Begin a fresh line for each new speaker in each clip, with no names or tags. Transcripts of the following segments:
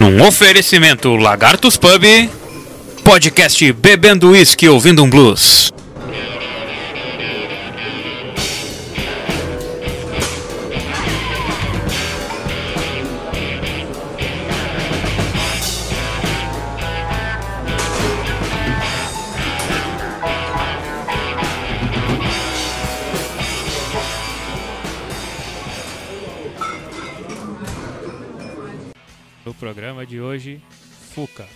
Um oferecimento Lagartos Pub, podcast Bebendo Whisky Ouvindo um Blues. No programa de hoje, Fuca.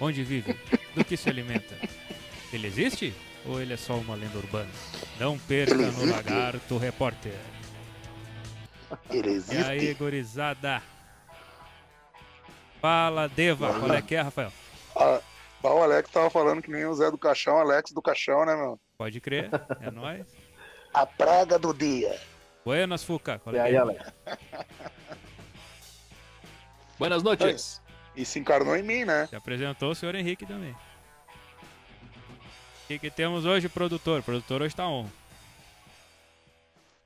Onde vive? Do que se alimenta? Ele existe? Ou ele é só uma lenda urbana? Não perca
Ele
no
existe?
Lagarto Repórter.
Ele
Tá E aí,
existe?
gorizada? Fala, Deva. Qual é que é, Rafael?
Ah, o Alex tava falando que nem o Zé do Caixão, Alex do Caixão, né, meu?
Pode crer, é nóis.
A praga do dia.
Buenas, Fuca. Qual
E
é que
aí,
é?
Alex? Buenas noches.
E se encarnou em mim, né?
Se apresentou o senhor Henrique também. O que, que temos hoje, produtor? O produtor hoje tá on.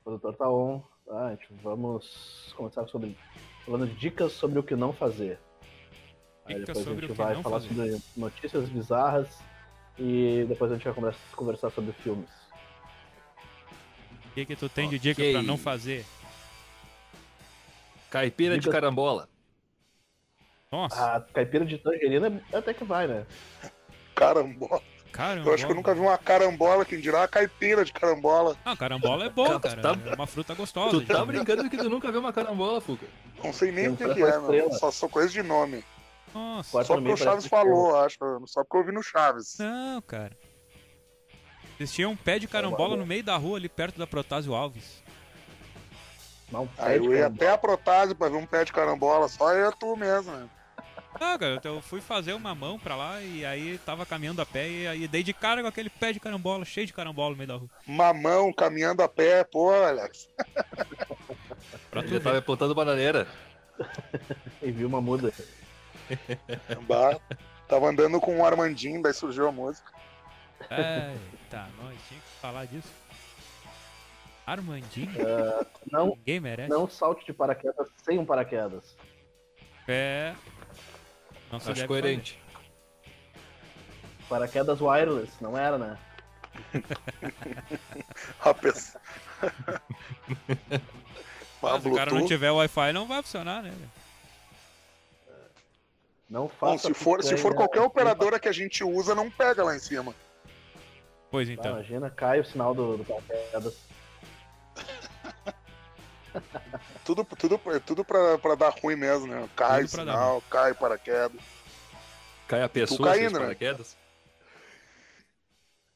O produtor tá on. Ah, gente, vamos começar sobre, falando de dicas sobre o que não fazer. Aí
Dicas
depois a
sobre o
gente
que
vai
não
falar
fazer.
sobre notícias bizarras e depois a gente vai conversa- conversar sobre filmes.
O que, que tu tem de dica
Ok.
pra não fazer?
Caipira de
Dica-
carambola.
Nossa,
A caipira de tangerina até que vai, né?
Carambola.
caramba.
Eu acho que eu nunca vi um- uma carambola, quem dirá a caipira de carambola.
Ah, carambola é bom,
Cara,
cara.
tu tá-
É uma fruta gostosa.
Tu tá
gente.
brincando que tu nunca viu uma carambola, Fuca?
Não sei nem
Eu
o que,
nunca
que
vi
é,
uma
meu.
estrela.
Só são coisas de nome.
Nossa,
Quatro
Só
no
porque
meio
o Chaves
parece um
falou, acho. mano. Só porque eu vi no Chaves.
não, cara. Existia um pé de
Tá
carambola no meio da rua, ali perto da Protásio Alves.
Mas um pé
Aí
de
Ah, eu ia
carambola.
até a Protásio pra ver um pé de carambola, só eu e tu mesmo, né?
Ah, cara, eu fui fazer uma mão pra lá e aí tava caminhando a pé e aí dei de cara com aquele pé de carambola, cheio de carambola no meio da rua.
Mamão caminhando a pé, pô, Alex.
Pra tu
Ele
ver.
tava plantando bananeira.
E vi uma muda.
Bah, Tava andando com o Armandinho, daí surgiu a música.
Eita, nós tinha que falar disso. Armandinho?
Não,
Ninguém merece.
não salte de paraquedas sem um paraquedas.
É. Não se
Acho
deve
coerente.
Paraquedas wireless, não era, né?
A pessoa. Bah,
fazer. Se o cara não
Bluetooth.
tiver Wi-Fi, não vai funcionar, né? velho?
Não
Bom,
faça né?
se for, se
picanha
for
é
qualquer
sem
operadora que a gente usa, não pega lá em cima.
Pois
Ah,
então.
Imagina, cai o sinal do, do paraquedas.
Tudo, tudo, tudo pra, pra dar ruim mesmo, né? Cai o
Tudo pra dar
sinal, cai paraquedas.
Cai a
Tu
pessoa
caindo,
sem
né?
paraquedas.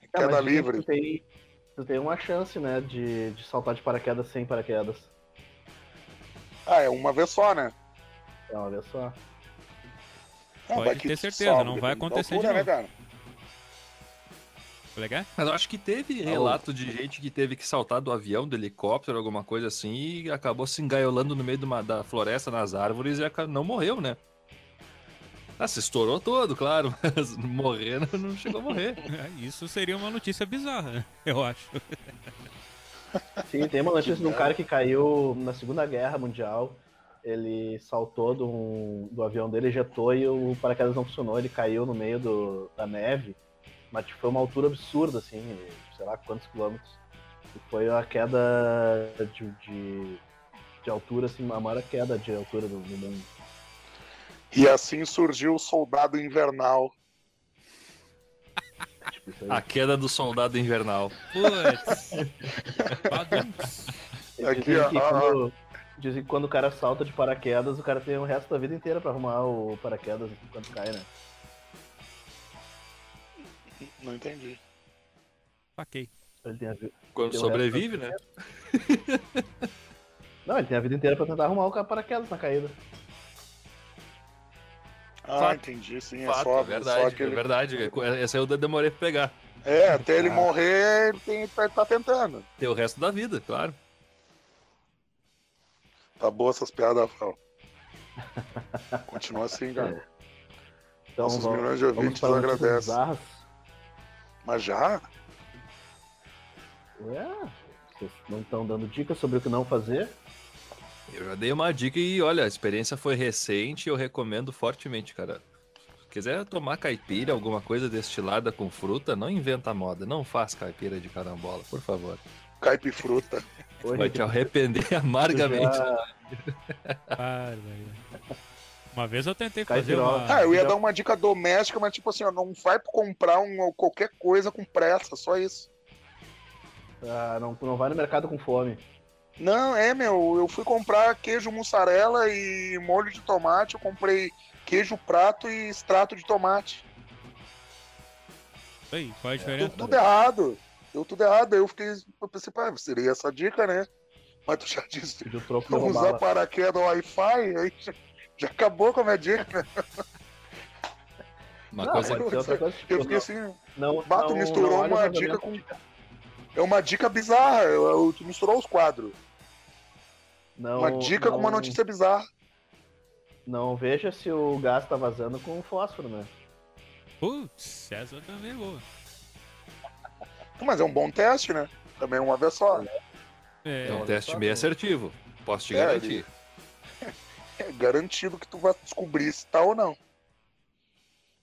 É,
Queda
mas diz que
livre.
Tu tem, tu tem uma chance, né, de, de saltar de paraquedas sem paraquedas.
Ah, é uma vez só, né?
É uma vez só. É.
Ah,
Pode
vai que
ter
tu
certeza,
sobe,
não vai
depende da
acontecer
altura,
de
né, cara?
Legal?
Mas eu acho que teve relato de gente que teve que saltar do avião, do helicóptero, alguma coisa assim, e acabou se engaiolando no meio de uma- da floresta, nas árvores, e aca- não morreu, né? Ah, se estourou todo, claro, mas morrendo não chegou a morrer.
Isso seria uma notícia bizarra, né? eu acho.
Sim, tem uma notícia de um cara que caiu na Segunda Guerra Mundial. Ele saltou de um- do avião dele, ejetou e o paraquedas não funcionou. Ele caiu no meio do- da neve, mas tipo, foi uma altura absurda, assim, e sei lá quantos quilômetros. E foi a queda de, de, de altura, assim, a maior queda de altura do, do mundo.
E assim surgiu o soldado invernal.
Tipo, isso aí.
A queda do soldado invernal.
Putz. Badum.
Eles
Aqui,
dizem,
ó,
que
ó,
quando, dizem que quando o cara salta de paraquedas, o cara tem o resto da vida inteira pra arrumar o paraquedas quando cai, né?
Não entendi.
Saquei.
Ele tem a vi-
Quando
Tem o
sobrevive, né?
Não, ele tem a vida inteira pra tentar arrumar o ca- paraquedas na caída.
Ah,
Fato.
entendi, sim. é
Fato,
só,
é verdade,
só
é
aquele...
verdade. Essa eu demorei pra pegar.
É, até ele
Ah.
morrer, ele tem, tá, tá tentando.
Tem o resto da vida, claro.
Tá boa essas piadas, Rafael. Continua assim, cara.
Então
Nossos
vamos,
milhões de
vamos
ouvintes
para
nos
notícias
agradecem.
bizarras.
Mas já?
Ué, vocês não estão dando dicas sobre o que não fazer?
Eu já dei uma dica e olha, a experiência foi recente, eu recomendo fortemente, cara. Se quiser tomar caipira, alguma coisa destilada com fruta, não inventa moda, não faz caipira de carambola, por favor.
Caipifruta.
Hoje
Vai te arrepender amargamente.
já-
Bárbaro. Uma vez eu tentei
Cai
fazer
viral.
uma.
Ah, eu ia
já-
dar uma dica doméstica, mas tipo assim, ó, não vai comprar um, qualquer coisa com pressa, só isso.
Ah, não, não vai no mercado com fome.
Não, é, meu, eu fui comprar queijo mussarela e molho de tomate, eu comprei queijo prato e extrato de tomate.
Aí, qual a
Deu
diferença?
tudo errado. Deu tudo errado. Aí eu fiquei. Eu pensei, pá, seria essa dica, né? Mas tu já disse,
Pediu troco pra
não usar
roubá-la.
paraquedas ou Wi-Fi, aí já, já acabou com a minha dica.
Uma
Não,
coisa
Ah,
pode ser outra coisa.
Eu
Tipo,
fiquei assim,
não, não,
bato,
não,
misturou
não olha
uma
o
dica
vazamento.
com. É uma dica bizarra, eu, eu- tu misturou os quadros.
Não-
uma dica com uma
não-
notícia bizarra.
Não veja se o gás tá vazando com fósforo, né?
Putz, essa também é boa.
Mas é um bom teste, né? Também uma vez só.
É,
é um
olha
teste
só,
meio
não.
assertivo. Posso te
É,
garantir.
É garantido que tu vai descobrir se tá ou não.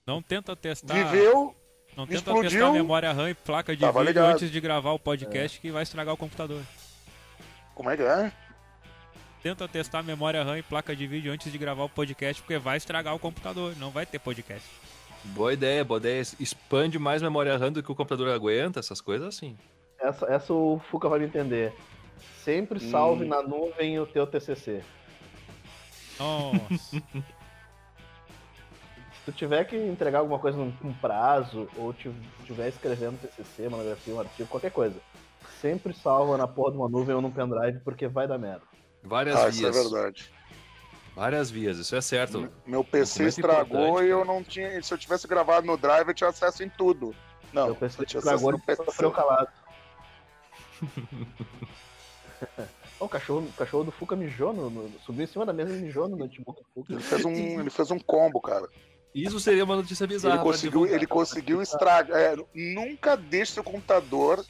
não tenta testar.
Viveu,
não tenta
explodiu.
testar memória RAM e placa de
Tava
vídeo
ligado.
antes de gravar o podcast que vai estragar o computador.
como é que é?
Tenta testar memória RAM e placa de vídeo antes de gravar o podcast, porque vai estragar o computador, não vai ter podcast.
Boa ideia, boa ideia. Expande mais memória RAM do que o computador aguenta, essas coisas assim.
Essa, essa o Fuca vai me entender. Sempre
Hum.
salve na nuvem o teu TCC.
Nossa.
Se tu tiver que entregar alguma coisa num num prazo, ou ti- tiver escrevendo TCC, monografia, um artigo, qualquer coisa, sempre salva na porra de uma nuvem ou num pendrive, porque vai dar merda.
Várias
Ah, isso é
vias.
verdade.
várias vias, isso é certo.
Meu PC
Documento
estragou
importante,
e eu
cara.
não tinha. Se eu tivesse gravado no Drive, eu tinha acesso em tudo. Não,
Eu pensei
eu
que
tinha
o
acesso
dragão
no PC.
sofreu calado. Ó, o, cachorro, o cachorro do Fuca mijou, no, no- subiu em cima da mesa e mijou no notebook do Fuca.
Ele fez, um, ele fez um combo, cara.
Isso seria uma notícia bizarra.
ele
pra
conseguiu,
divulgar.
ele conseguiu estragar. é, nunca deixe seu computador,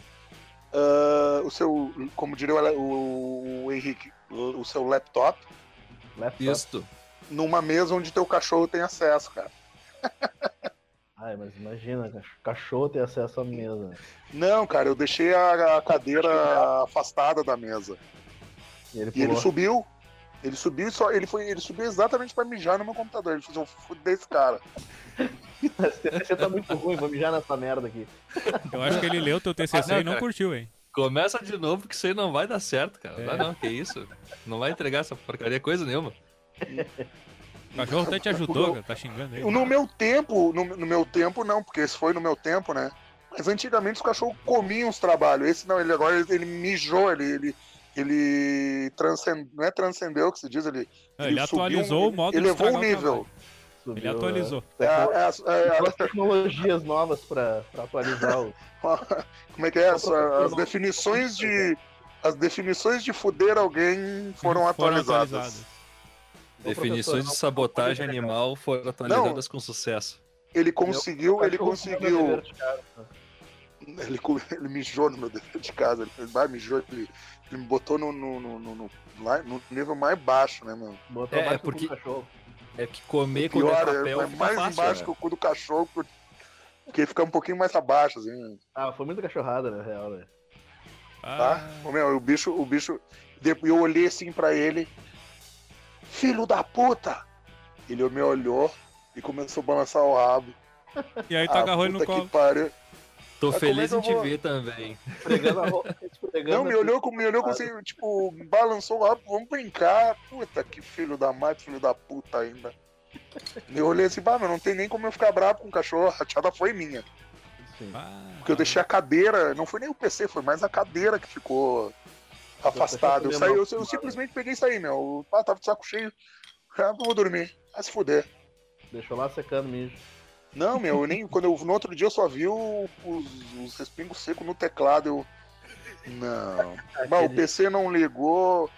ah, o seu, como diria o, o Henrique, o, o seu laptop,
Laptop.
Isso.
numa mesa onde teu cachorro tem acesso, cara.
Ai, mas imagina, cach- cachorro ter acesso à mesa.
Não, cara, eu deixei a, a cadeira afastada da mesa.
E ele
E
pulou.
ele subiu. Ele subiu e só. Ele, foi, ele subiu exatamente pra mijar no meu computador. Ele fez um fuder esse cara.
Esse TCC tá muito ruim, vou mijar nessa merda aqui.
Eu acho que ele leu teu TCC
Ah, não,
e não
cara.
curtiu, hein?
Começa de novo que isso aí não vai dar certo, cara.
É.
Não, não, que isso. Não vai entregar essa porcaria coisa nenhuma.
O cachorro até te ajudou, cara. Tá xingando aí.
Eu, No meu tempo, no, no meu tempo não, porque esse foi no meu tempo, né? Mas antigamente os cachorros comiam os trabalhos. Esse não, ele agora ele, ele mijou, ele, ele, ele transcend, não é transcendeu o que se diz, ele,
Não, Ah, ele
subiu, um-
atualizou o modo
ele
de
elevou o
estragar o
nível.
Subiu,
Ele atualizou.
É,
Né?
é, é,
Agora tecnologias novas pra, pra atualizar o.
como é que é? As, as definições de as definições de fuder alguém foram atualizadas.
Definições de
professor, né?
sabotagem
não pode
animal foram atualizadas com sucesso.
Ele conseguiu, ele
Cachorro fazendo dever
conseguiu.
de casa.
Ele, co- ele mijou no meu dever de casa. Ele fez, bah, mijou, ele, ele me botou no, no, no, no, no, lá- no nível mais baixo, né, mano?
Botou
É,
é, porque...
porque-
cachorro.
É que comer com
Pior, é,
papel
é
um
fica
mais
fácil,
embaixo
né?
que o cu do cachorro, por- porque fica um pouquinho mais abaixo, assim,
Ah, foi muita cachorrada, na real, né?
tá?
Ah,
Ô, meu, o bicho, o bicho. depois Eu olhei assim pra ele. Filho da puta! Ele me olhou e começou a balançar o rabo.
Ah,
"Ah,
e aí tu agarrou ele no
puta que
colo.
pariu.
Tô
Mas como é
feliz
que eu
em te
vou-
ver também.
Esfregando a roupa, esfregando
Não, me
a-
olhou, com- me olhou com assim, tipo, balançou o rabo, vamos brincar. Puta, que filho da mãe, filho da puta ainda. Eu olhei assim, bah, meu, não tem nem como eu ficar bravo com o cachorro, a rachada foi minha.
assim, Sim.
Ah,
Porque eu deixei a cadeira, não foi nem o PC, foi mais a cadeira que ficou afastada. Eu, saí, eu, eu simplesmente peguei isso aí, meu. Ah, tava de saco cheio. Ah, vou dormir. Ah, se fuder.
Deixou lá secando o mijo.
Não, meu, eu nem. Quando eu, no outro dia eu só vi o- os, os respingos secos no teclado. Eu. Não. Bah, o PC não ligou,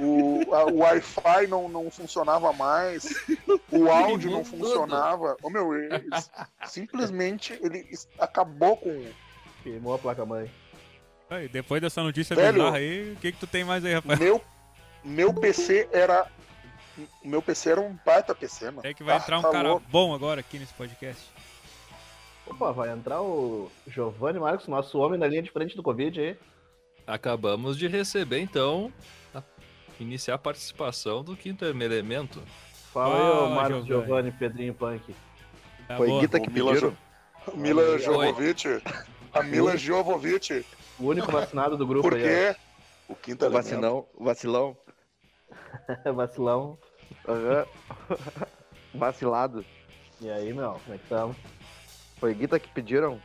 o, a- o Wi-Fi não, não funcionava mais, o áudio não
Tudo.
funcionava. Ô, meu, ele- simplesmente ele es- acabou com.
Queimou a placa-mãe.
aí, depois dessa notícia
Velho.
bizarra aí, o que que tu tem mais aí, rapaz?
Meu, Meu PC era. O meu PC era um baita PC, mano.
É que vai entrar um
Tá
cara
louco.
bom agora aqui nesse podcast.
Opa, vai entrar o Giovanni Marcos, nosso homem na linha de frente do Covid aí.
Acabamos de receber, então, a- iniciar a participação do quinto elemento.
Fala aí,
Fala,
ô Marcos
Giovanni.
Giovanni, Pedrinho Punk.
Tá
Foi
bom.
Guita que
O Mila,
pediram.
Jo- Mila
Oi.
Jovovich. A Mila Jovovich.
O único vacinado do grupo aí.
Porque o quinto
O
elemento.
vacinão, o vacilão.
ó. né? Vacilão.
Aham. Vacilado.
E aí, meu, como é que estamos?
Foi Guita que pediram?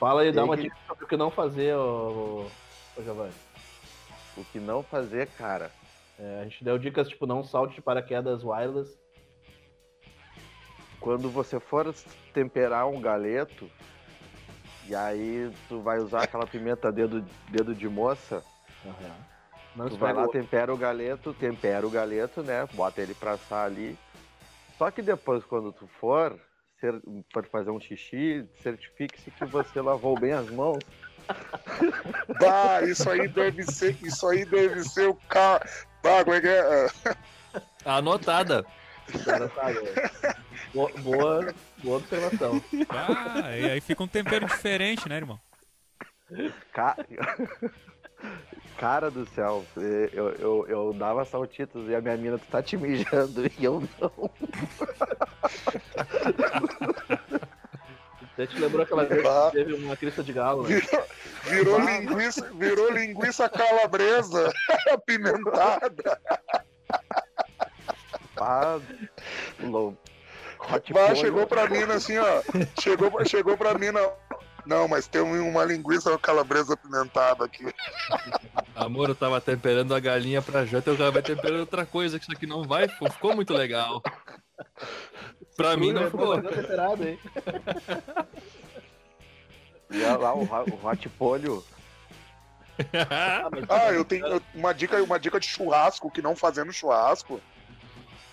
Fala aí, dá
Tem
uma
que-
dica sobre o que não fazer, ô, ô Giovanni.
O que não fazer, cara?
É, a gente deu dicas tipo não salte de paraquedas wireless.
Quando você for temperar um galeto, e aí tu vai usar aquela pimenta dedo, dedo de moça,
Não
tu vai
esfrega
lá,
o-
tempera o galeto, tempera o galeto, né? Bota ele pra assar ali. Só que depois, quando tu for, cer- for fazer um xixi, certifique-se que você lavou bem as mãos.
Bah, isso aí deve ser. Isso aí deve ser o cara. Bah, como é que é?
Anotada.
cara, sabe? Boa, boa, boa observação.
Ah, e aí fica um tempero diferente, né, irmão?
Ca- Cara do céu, é, eu, eu, eu dava saltitos e a minha mina, tu tá te mijando e eu não.
Você te lembrou aquela vez que teve uma crista de galo, né?
Virou, virou linguiça, virou linguiça calabresa apimentada.
Pá, lou- ah, hot
Bah,
pollo.
chegou pra mina assim, ó. Chegou, pra- chegou pra mina. Não, mas tem um, uma linguiça calabresa apimentada aqui.
Amor, eu tava temperando a galinha pra janta, eu já vai temperando outra coisa, que isso aqui não vai, pô, ficou muito legal. Pra mim não
ficou.
ficou.
Tá hein?
E olha lá o, ho- o hot polho.
Ah, mas-
Ah, eu tenho eu- uma dica, uma dica de churrasco que não fazendo churrasco.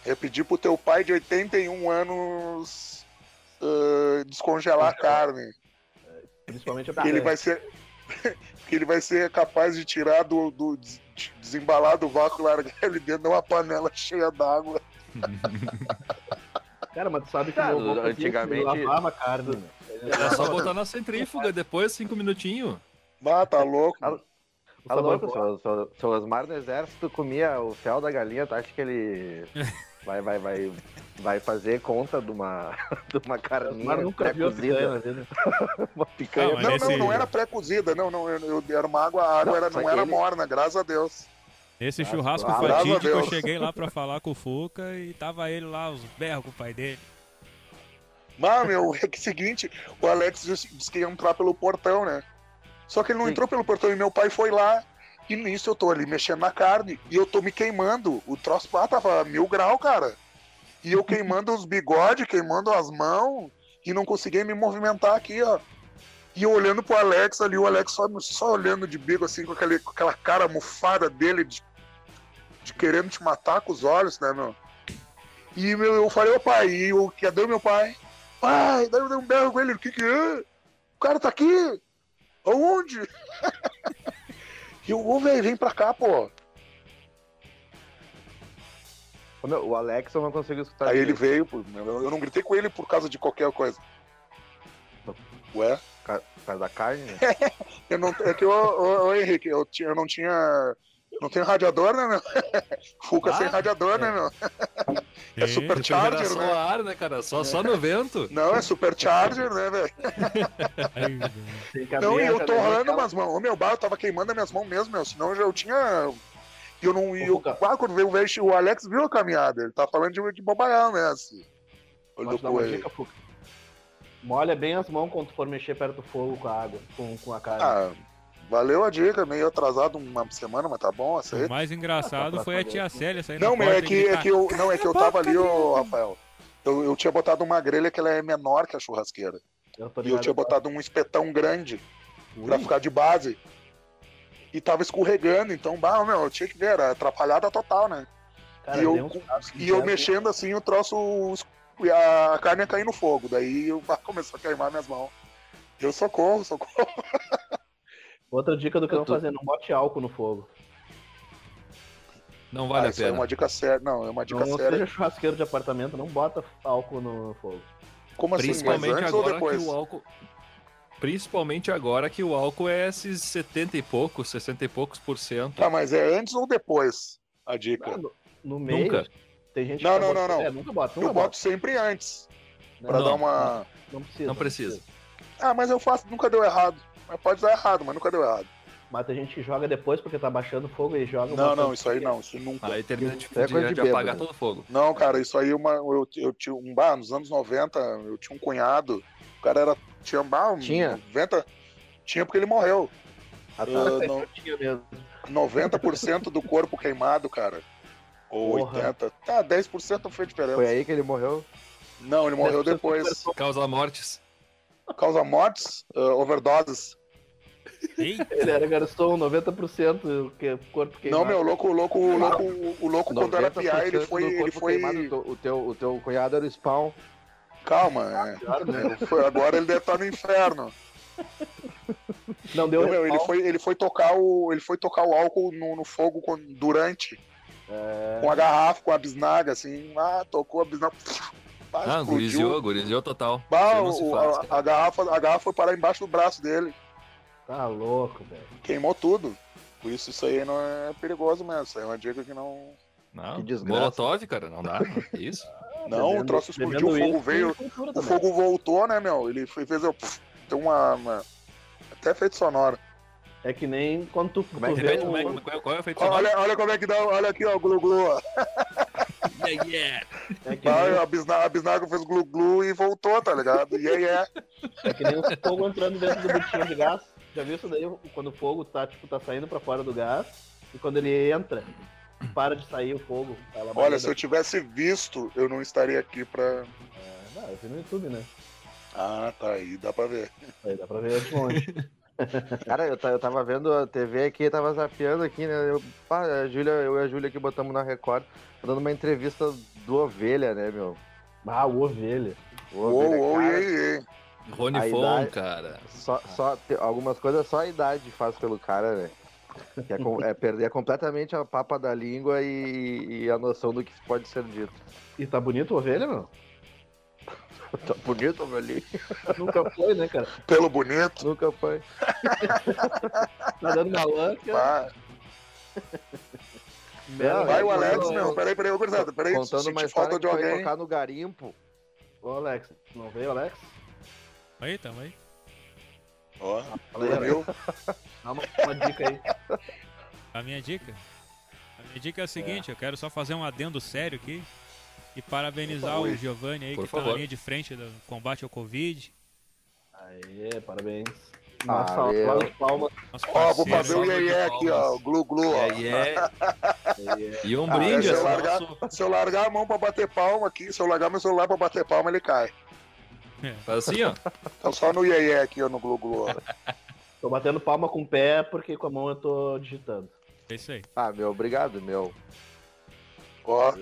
É pedir pro teu pai de 81 anos ah, descongelar a carne.
Principalmente a
Tá
Que ele
picanha.
vai ser. que ele vai ser capaz de tirar do. do des- desembalar do vácuo e largar ele dentro de uma panela cheia d'água.
Cara, mas tu sabe que
Tá,
meu avô fazia isso,
antigamente-
ele lavava a carne, né? Ele
É
lavava-
só botar na centrífuga depois, cinco minutinhos.
Ah, tá louco.
o
Tá
sabor
louco,
bom.
seu, seu, seu Osmar do Exército comia o fel da galinha, tu acha que ele vai, vai, vai, vai fazer conta de uma, de uma carninha
Mas nunca viu né? a picanha na
pré-cozida,
vida.
uma picanha
Não, mas
Não,
esse-
não, não era pré-cozida, não, não, eu, eu- era uma água, a água
Não,
era,
só
não
que
era
ele-
morna, graças a Deus.
Esse churrasco
claro.
fatídico,
Graças a
eu
Ah, Deus.
cheguei lá pra falar com o Fuca e tava ele lá, os berros com o pai dele.
Mas, meu, é que seguinte, o Alex disse, disse que ia entrar pelo portão, né? Só que ele não
Sim.
entrou pelo portão e meu pai foi lá. E nisso eu tô ali mexendo na carne e eu tô me queimando. O troço lá tava a mil grau, cara. E eu queimando os bigodes, queimando as mãos e não conseguia me movimentar aqui, ó. E eu olhando pro Alex ali, o Alex só, só olhando de bico, assim, com, aquele, com aquela cara mufada dele de, de querendo te matar com os olhos, né, meu? E meu, eu falei, ô pai, e o, cadê o meu pai? Pai, daí eu dei um berro com ele, o que que é? O cara tá aqui? Aonde? e eu, ô velho, vem pra cá, pô.
Ô, meu, o Alex eu não consigo escutar.
Aí ele
direito.
veio, pô. Eu eu não gritei com ele por causa de qualquer coisa. Ué?
Ca- Por causa da carne, né?
Eu não, é que eu, ô, ô, Henrique, eu, tinha- eu não tinha. Não tenho radiador, né, meu? Fuca sem
Ah,
radiador, né, meu? É
Sim.
super
Era
charger,
só
né?
ar, né, cara? Só, só no vento.
Não, é super charger, né, velho?
Ai, meu Deus.
Tem que abrir
Não, e
a
eu
janela
torrando
aquela-
umas mãos. Ô, meu bar, eu tava queimando as minhas mãos mesmo, meu. Senão eu já eu tinha. E eu não. E
Ô,
eu,
Fuca.
ah, quando veio o velho, o Alex viu a caminhada. Ele tá falando de, de bobaião, né? Assim. Olhou
Posso dar uma
pro ele.
dica, Fuca? Molha bem as mãos quando tu for mexer perto do fogo com a água, com, com a carne.
Ah, valeu a dica, meio atrasado uma semana, mas tá bom,
O
aceito.
mais engraçado
Ah, tá,
foi a
tá
tia Célia saindo
Não,
na
meu,
porta
é
e
que, é
gritar,
que eu. Não, é que eu tava ali, ô, Rafael. Eu, eu tinha botado uma grelha que ela é menor que a churrasqueira.
eu tô
E eu
ligado.
tinha botado um espetão grande
Ui,
pra ficar de base. E tava escorregando, então, bah, meu, eu tinha que ver, era atrapalhada total, né?
cara,
e eu-
dei uns cascos de
E eu
vento.
mexendo assim, o troço. A carne ia cair no fogo. Daí eu começou a queimar minhas mãos. Eu socorro, socorro.
Outra dica do que
Eu
não
tô-
fazer, não bote álcool no fogo.
Não vale
Ah,
a
isso aí é
pena.
uma dica séria. Não, é uma dica
Não
séria.
seja churrasqueiro de apartamento, não bota álcool no fogo.
Como assim? Mas
Principalmente
antes ou
agora que
depois?
o álcool. Principalmente agora que o álcool é esses 70 e poucos, 60 e poucos por cento.
Tá, mas é antes ou depois a dica?
Ah, No, no meio,
Nunca.
tem gente
Não,
que
não,
bota-
não, não.
É, nunca bota, nunca
Eu
bota.
boto sempre antes.
né?
Pra
Não,
dar uma.
Não precisa.
Não precisa.
Ah, mas eu faço, nunca deu errado. Mas pode dar errado, mas nunca deu errado.
Mas tem gente que joga depois porque tá baixando fogo e joga.
Não,
bota-
não, isso aí não, isso nunca.
Aí termina de,
Isso é
de-
coisa de
de
bêbado.
apagar todo o fogo.
Não, cara, isso aí é uma, eu, eu tinha um bar nos anos 90, eu tinha um cunhado, o cara era tinha um bar,
Tinha?
90, tinha porque ele morreu.
Ah, tá.
Eu não-
Tinha mesmo.
90% do corpo queimado, cara. Ou
Porra.
80. Tá, 10% não fez diferença.
Foi aí que ele morreu?
Não, ele morreu depois.
Causa mortes.
Causa mortes, ah, overdoses. é
Eita,
Ele era garçom, 90% que corpo queimado.
Não, meu, o louco, o louco, o louco, o louco quando era piá, ele
90%
foi,
do
ele
corpo
foi.
queimado, o teu- o, teu, o teu cunhado era o spawn.
Calma, é.
né?
Ele foi- agora ele deve estar no inferno.
Não deu
Não, meu, ele
pau.
foi, ele foi tocar o, ele foi tocar o álcool no, no fogo quando- durante, com a garrafa, com a bisnaga, assim, ah, tocou a bisnaga, pá,
Ah,
explodiu.
gurizou, gurizou total.
Bah,
Isso não se
o-
faz, cara.
a, a garrafa, a garrafa foi parar embaixo do braço dele,
Tá louco, velho.
queimou tudo. Por isso isso aí não é perigoso mesmo, isso aí é uma dica que não,
Não,
Que desgraça.
Molotov, cara, não dá. não. Que Isso.
não, o
Tá Bebendo-
troço explodiu, o
bebendo
fogo
isso,
veio,
tem cultura
O
também.
fogo voltou, né, meu? Ele foi, fez eu. Deu uma, uma- Até efeito sonoro.
É que nem quando tu,
é
tu
que
vê
Repete
veio-
como é
um,
que- qual, qual é o efeito sonoro?
Olha, olha como é que dá. Olha aqui, ó, glu glu. ó.
Yeah, yeah.
é que nem-
Vai, A bisnaga, a bisnaga fez glu glu e voltou, tá ligado? E aí é.
É que nem o fogo entrando dentro do botinho de gás. Já viu isso daí? Quando o fogo tá, tipo, tá saindo pra fora do gás e quando ele entra, para de sair o fogo. Ela
Tá
Olha,
barriga-
se eu tivesse visto, eu não estaria aqui pra.
É, não, eu vi no YouTube, né?
Ah, tá aí, dá pra ver.
Aí dá pra ver de longe.
Cara, eu, ta- eu tava vendo a TV aqui, eu tava zapeando aqui, né? Eu, pá, a Júlia, eu e a Júlia que botamos na Record, tá dando uma entrevista do Ovelha, né, meu?
Ah, o ovelha.
O
Uou,
Ovelha,
uou, e
é cara,
aí, e
Rony
A
Fon,
idade-
cara.
Só, só, te- algumas coisas só a idade faz pelo cara, né? Que é, com- é perder completamente a papa da língua e, e a noção do que pode ser dito.
E tá bonito o ovelha, meu?
Tá bonito, Ovelha?
Nunca foi, né, cara?
aí? Pelo bonito.
Nunca foi.
Tá dando uma lanca.
Vai,
Não,
vai
eu-
o Alex,
eu-
meu. Peraí, peraí, ô, gurizada. Peraí,
Contando uma
senti
história
falta de
que foi
alguém.
tocar no garimpo.
Ô, Alex, não veio, Alex?
aí tamo aí.
Ó,
Fala aí, Alex.
dormiu.
Dá uma, uma dica aí.
A minha dica? A minha dica é a seguinte, eu quero só fazer um adendo sério aqui e parabenizar
Opa,
o
oi.
Giovanni aí
Por
que tá na
favor.
linha de frente do combate ao Covid.
Aê, parabéns.
Ah,
Uma
Valeu.
salva de palmas.
Nosso
Ó, vou
parceiro.
fazer um o
Salva de
iê iê aqui, ó.
palmas.
Glu glu, ó.
Yeah, yeah.
Aê.
é, E um brinde,
Ah,
esse
eu largar-
nosso-
Se eu largar a mão pra bater palma aqui, se eu largar meu celular pra bater palma, ele cai.
Faz assim, ó.
Então só no iê aqui, ó, no glu glu. ó.
Tô batendo palma com o pé porque com a mão eu tô digitando.
É isso aí.
Ah, meu, obrigado, meu.
Ó,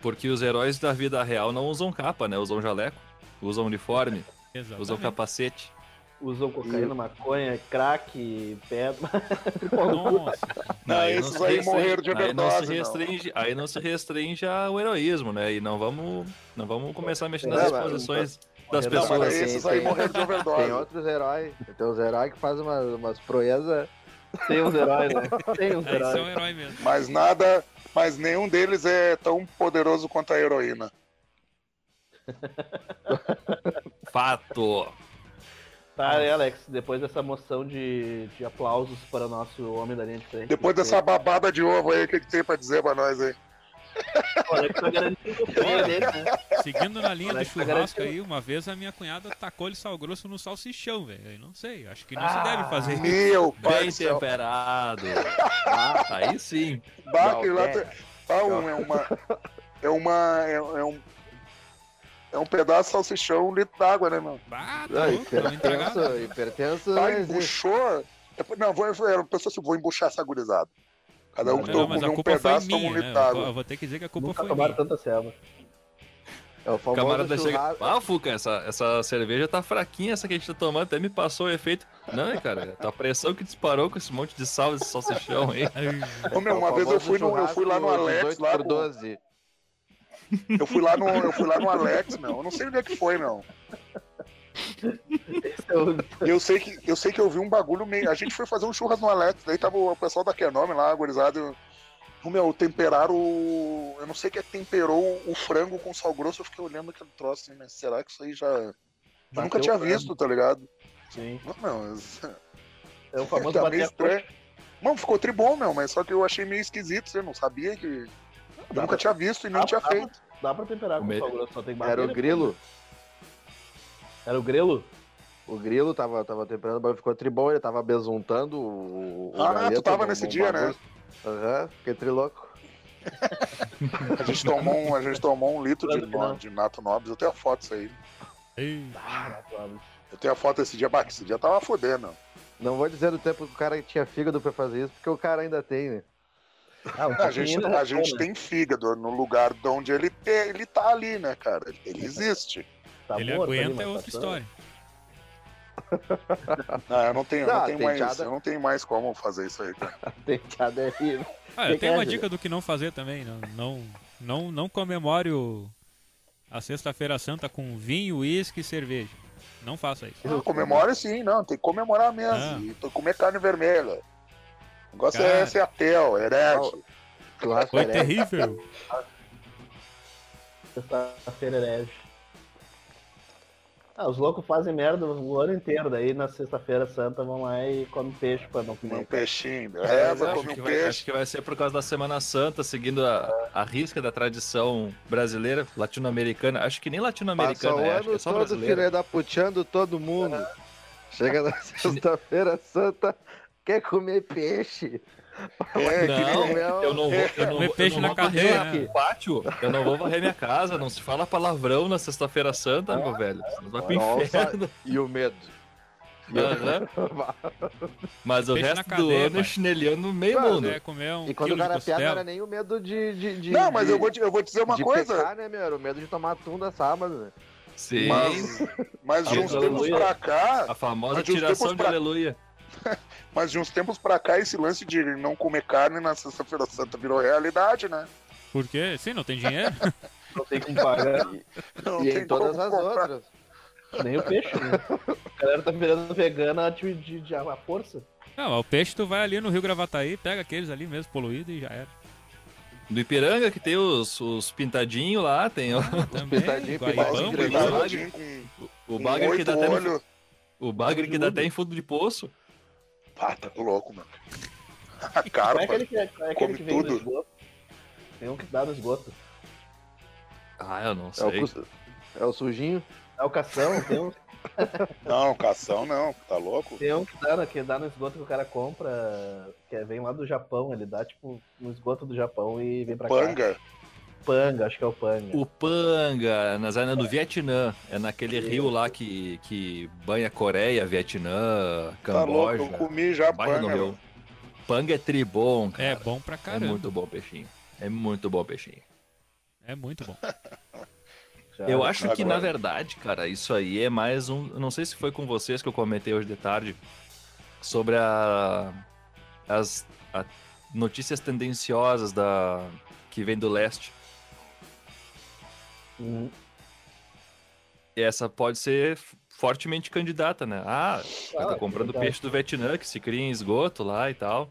Porque os heróis da vida real não usam capa, né? Usam jaleco, usam uniforme, usam
Exatamente.
capacete.
Usam cocaína, maconha, crack, pedra. Pau no cu.
Nossa,
Não,
Aí
esses
se
aí
restringe-
morreram de
aí não, se
overdose, não.
restringe, aí não se restringe ao heroísmo, né? E não vamos, não vamos começar a mexer nas
Não, mas-
exposições das
Não,
não, mas
pessoas.
aí esses aí
assim, tem-
morreram de
Tem
overdose.
outros heróis. Tem uns heróis que fazem umas, umas proezas.
Tem uns heróis, né? Tem uns
aí você é um
heróis.
herói mesmo.
Mas nada, mas nenhum deles é tão poderoso quanto a heroína.
Fato.
Tá, e Alex, depois dessa moção de, de aplausos para o nosso homem da linha de frente.
Depois dessa babada de ovo aí, o que, que tem pra dizer pra nós aí?
O Alex tá garantindo o
É,
prêmio dele, né?
Seguindo na linha do
Alex tá
churrasco
garantido.
aí, uma vez a minha cunhada tacou-lhe sal grosso no salsichão, velho. Eu não sei, acho que não se
Ah,
deve fazer isso.
Meu pai
Bem
do céu.
temperado.
Ah,
Aí sim.
Bah, que
Não,
lá
é.
tem- Bah, um, é uma. É uma. É, é um. É um pedaço de salsichão, um litro d'água, né, meu?
Bah, tá
ah,
louco, tava
hipertenso,
entregado.
hipertenso não
Tá,
existe.
embuchou. Depois- Não, vou, eu- a pessoa assim, vou embuchar essa gurizada. Cada um que
Não,
tomou
mas a
um
culpa foi
pedaço, toma um
minha,
litro
né? Eu,
d'água.
vou ter que dizer que a culpa
Nunca
foi
tomaram
minha.
tanta selva.
É o
O
famoso
camarada chega.
churrasco-
Ah, Fuca, essa, essa cerveja tá fraquinha, essa que a gente tá tomando, até me passou o efeito. Não, hein, cara, tá a pressão que disparou com esse monte de sal, esse salsichão aí.
Ô, meu,
é o
uma vez eu
famoso
fui, no, eu fui lá no
churrasco
Alex,
18
lá
por
no-
12.
eu fui lá no, eu fui lá no Alex, meu. Eu não sei onde é que foi, não.
Esse é o-
E eu sei que eu sei que eu vi um bagulho meio. A gente foi fazer um churras no Alex, daí tava o pessoal da Kenome lá, agorizado. O meu, temperaram. o- Eu não sei o que é que temperou o frango com sal grosso, eu fiquei olhando aquele troço assim, né? Será que isso aí já. Eu nunca
Bateu
tinha
o frango.
visto, tá ligado?
Sim.
Não, meu, isso-
É o famoso
tá meio
bater a coxa.
estranho. Mano, ficou tribom, meu, mas só que eu achei meio esquisito, você não sabia que. Eu
dá
nunca
pra-
tinha visto e nem
dá
tinha
pra-
feito.
Dá pra temperar com
Comer.
sal grosso, só tem que bater.
Era o
né?
grilo.
Era o grilo?
O grilo tava, tava temperando, mas ficou tribom, ele tava besuntando o. o
Ah,
galeto
tu tava
num-
nesse
num
dia, né?
bagulho. Aham, fiquei triloco.
A gente tomou um, a gente tomou um litro de,
Claro que não.
de Nato Nobis, eu tenho a foto disso aí.
Ei,
Ah, claro.
Eu tenho a foto desse dia, bah, que esse dia tava fodendo.
Não vou dizer o tempo que o cara tinha fígado pra fazer isso, porque o cara ainda tem, né?
Ah, um
A
pouquinho
gente,
ainda
a gente
retorna.
tem fígado no lugar de onde ele, te, ele tá ali, né, cara? Ele existe.
Tá
ele
morto ali,
aguenta
mas
é
tá
outra
sã.
história.
Ah, eu não tenho, eu
Ah,
não tenho
tem
mais,
piada.
eu não tenho mais como fazer isso aí, cara.
Penteado é horrível.
Ah,
Que
eu tenho uma
que é,
dica do que não fazer também. Não, não, não, não comemore o- a Sexta-feira Santa com vinho, uísque e cerveja. Não faça isso.
Não, Ah, comemora sim, não. Tem que comemorar mesmo.
Ah.
E to- comer carne vermelha. O negócio
Cara.
é esse atel, herege.
Churrasco
Foi
é
terrível.
Sexta-feira herege. Ah, os loucos fazem merda o ano inteiro, daí na sexta-feira santa vão lá e comem peixe pra não
Comer um
comer.
peixinho,
Mas
reza,
acho,
come
que
um
vai,
peixe.
acho que vai ser por causa da Semana Santa, seguindo a, a risca da tradição brasileira, latino-americana. Acho que nem
Passa o
latino-americana é, acho que
ano
é só
todo
brasileira.
filho da puteando todo mundo. Chega na sexta-feira santa, quer comer peixe.
um
É, que nem-
Não, eu não vou, eu não,
Comer
vou-
peixe
eu
É, na
não vou
carreira,
varrer
né?
o pátio, eu não vou varrer minha casa, não se fala palavrão na sexta-feira santa, meu velho. Senão vai pro
Nossa,
inferno.
e o medo.
Aham. né? Mas o
Peixe na
resto do
cadeia,
ano
pai.
é chinelhando meio
Mas,
mundo.
É, comer um
E quando
quilo
o
de
cara piada, não era
costela.
nem o medo de. de, de
não, mas
de-
eu vou, te, eu vou dizer uma
de
coisa.
pecar, né, meu? Era o medo de tomar atum da sábado. né?
Sim.
Mas, mas de uns
Aleluia.
tempos pra cá,
A famosa
Mas de uns
tiração
tempos
de
pra-
aleluia.
mas de uns tempos pra cá, esse lance de não comer carne na sexta-feira santa virou realidade, né?
Por quê? Sim, não tem dinheiro?
Não tem como pagar
Não
e
tem
em todas
como
as
comprar.
outras.
nem o peixe. Né? A galera tá virando vegana de, de, de à força.
Não, mas o peixe tu vai ali no Rio Gravataí, pega aqueles ali mesmo poluídos e já era.
No Ipiranga, que tem os, os pintadinhos lá, tem o,
Também,
pitadinho,
Guaibão,
Faz um
Guaibão,
pintadinho com-
o
com
bagre que
oito
dá até no-
olho.
o bagre que dá até em fundo de poço.
Ah, tá louco, mano.
Não é
Carpa.
aquele que, não é aquele
come
que vem no
tudo.
esgoto. Tem um que dá no esgoto.
Ah, eu não
É
sei.
o, cus- é o sujinho.
É o cação, tem um,
Não, cação não, tá louco?
tem um que, dá, no- que dá no esgoto que o cara compra, que é, vem lá do Japão, ele dá tipo no esgoto do Japão e vem pra cá.
Panga.
Panga, acho que é o Panga.
O Panga, nas é no Vietnã. É naquele rio lá que, que banha Coreia, Vietnã,
Tá louco,
Camboja.
eu comi já
bairro do
panga.
Rio.
mano.
Panga é tribom, cara.
É bom pra
É
caramba.
muito bom o peixinho. É muito bom o peixinho.
É muito bom.
Já-
Eu acho que, na
Agora.
verdade, cara, isso aí é mais um. Não sei se foi com vocês que eu comentei hoje de tarde sobre a. as a- notícias tendenciosas da que vem do leste.
Hum,
E essa pode ser f- fortemente candidata, né? Ah,
Ah,
tá comprando
verdade.
peixe do Vietnã que se cria em esgoto lá e tal.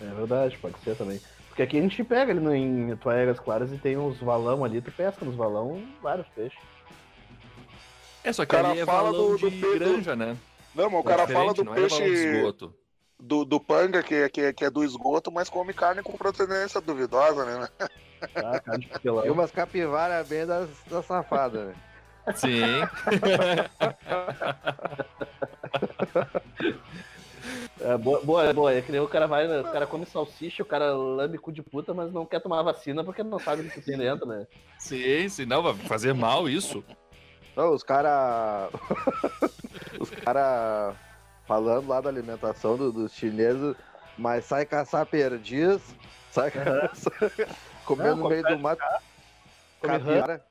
É verdade, pode ser também. Porque aqui a gente pega ali no, em Tuaegas Claras e tem uns valão ali, tu pesca nos valão vários peixes.
É, só que
Cara,
ali é
fala
valão
do- do
de
peixe do-
granja, né?
Não, mas o
É
cara fala
diferente,
do
não é valão de
peixe
esgoto.
do, do panga, que, é- que, é- que é do esgoto, mas come carne com procedência duvidosa, né?
Tá? Carne de
E
papelão.
umas capivaras bem das, das safadas, né?
Sim.
É, boa, boa, boa. É que nem o cara vai, né, o cara come salsicha, o cara lambe cu de puta, mas não quer tomar a vacina porque não sabe o que tem dentro, né?
Sim, sim. Não, vai fazer mal isso.
Não, os cara. os cara falando lá da alimentação do- dos chineses, mas sai caçar perdiz, sai caçar... comendo
Não,
no meio do mato.
Come rã.
Capivara.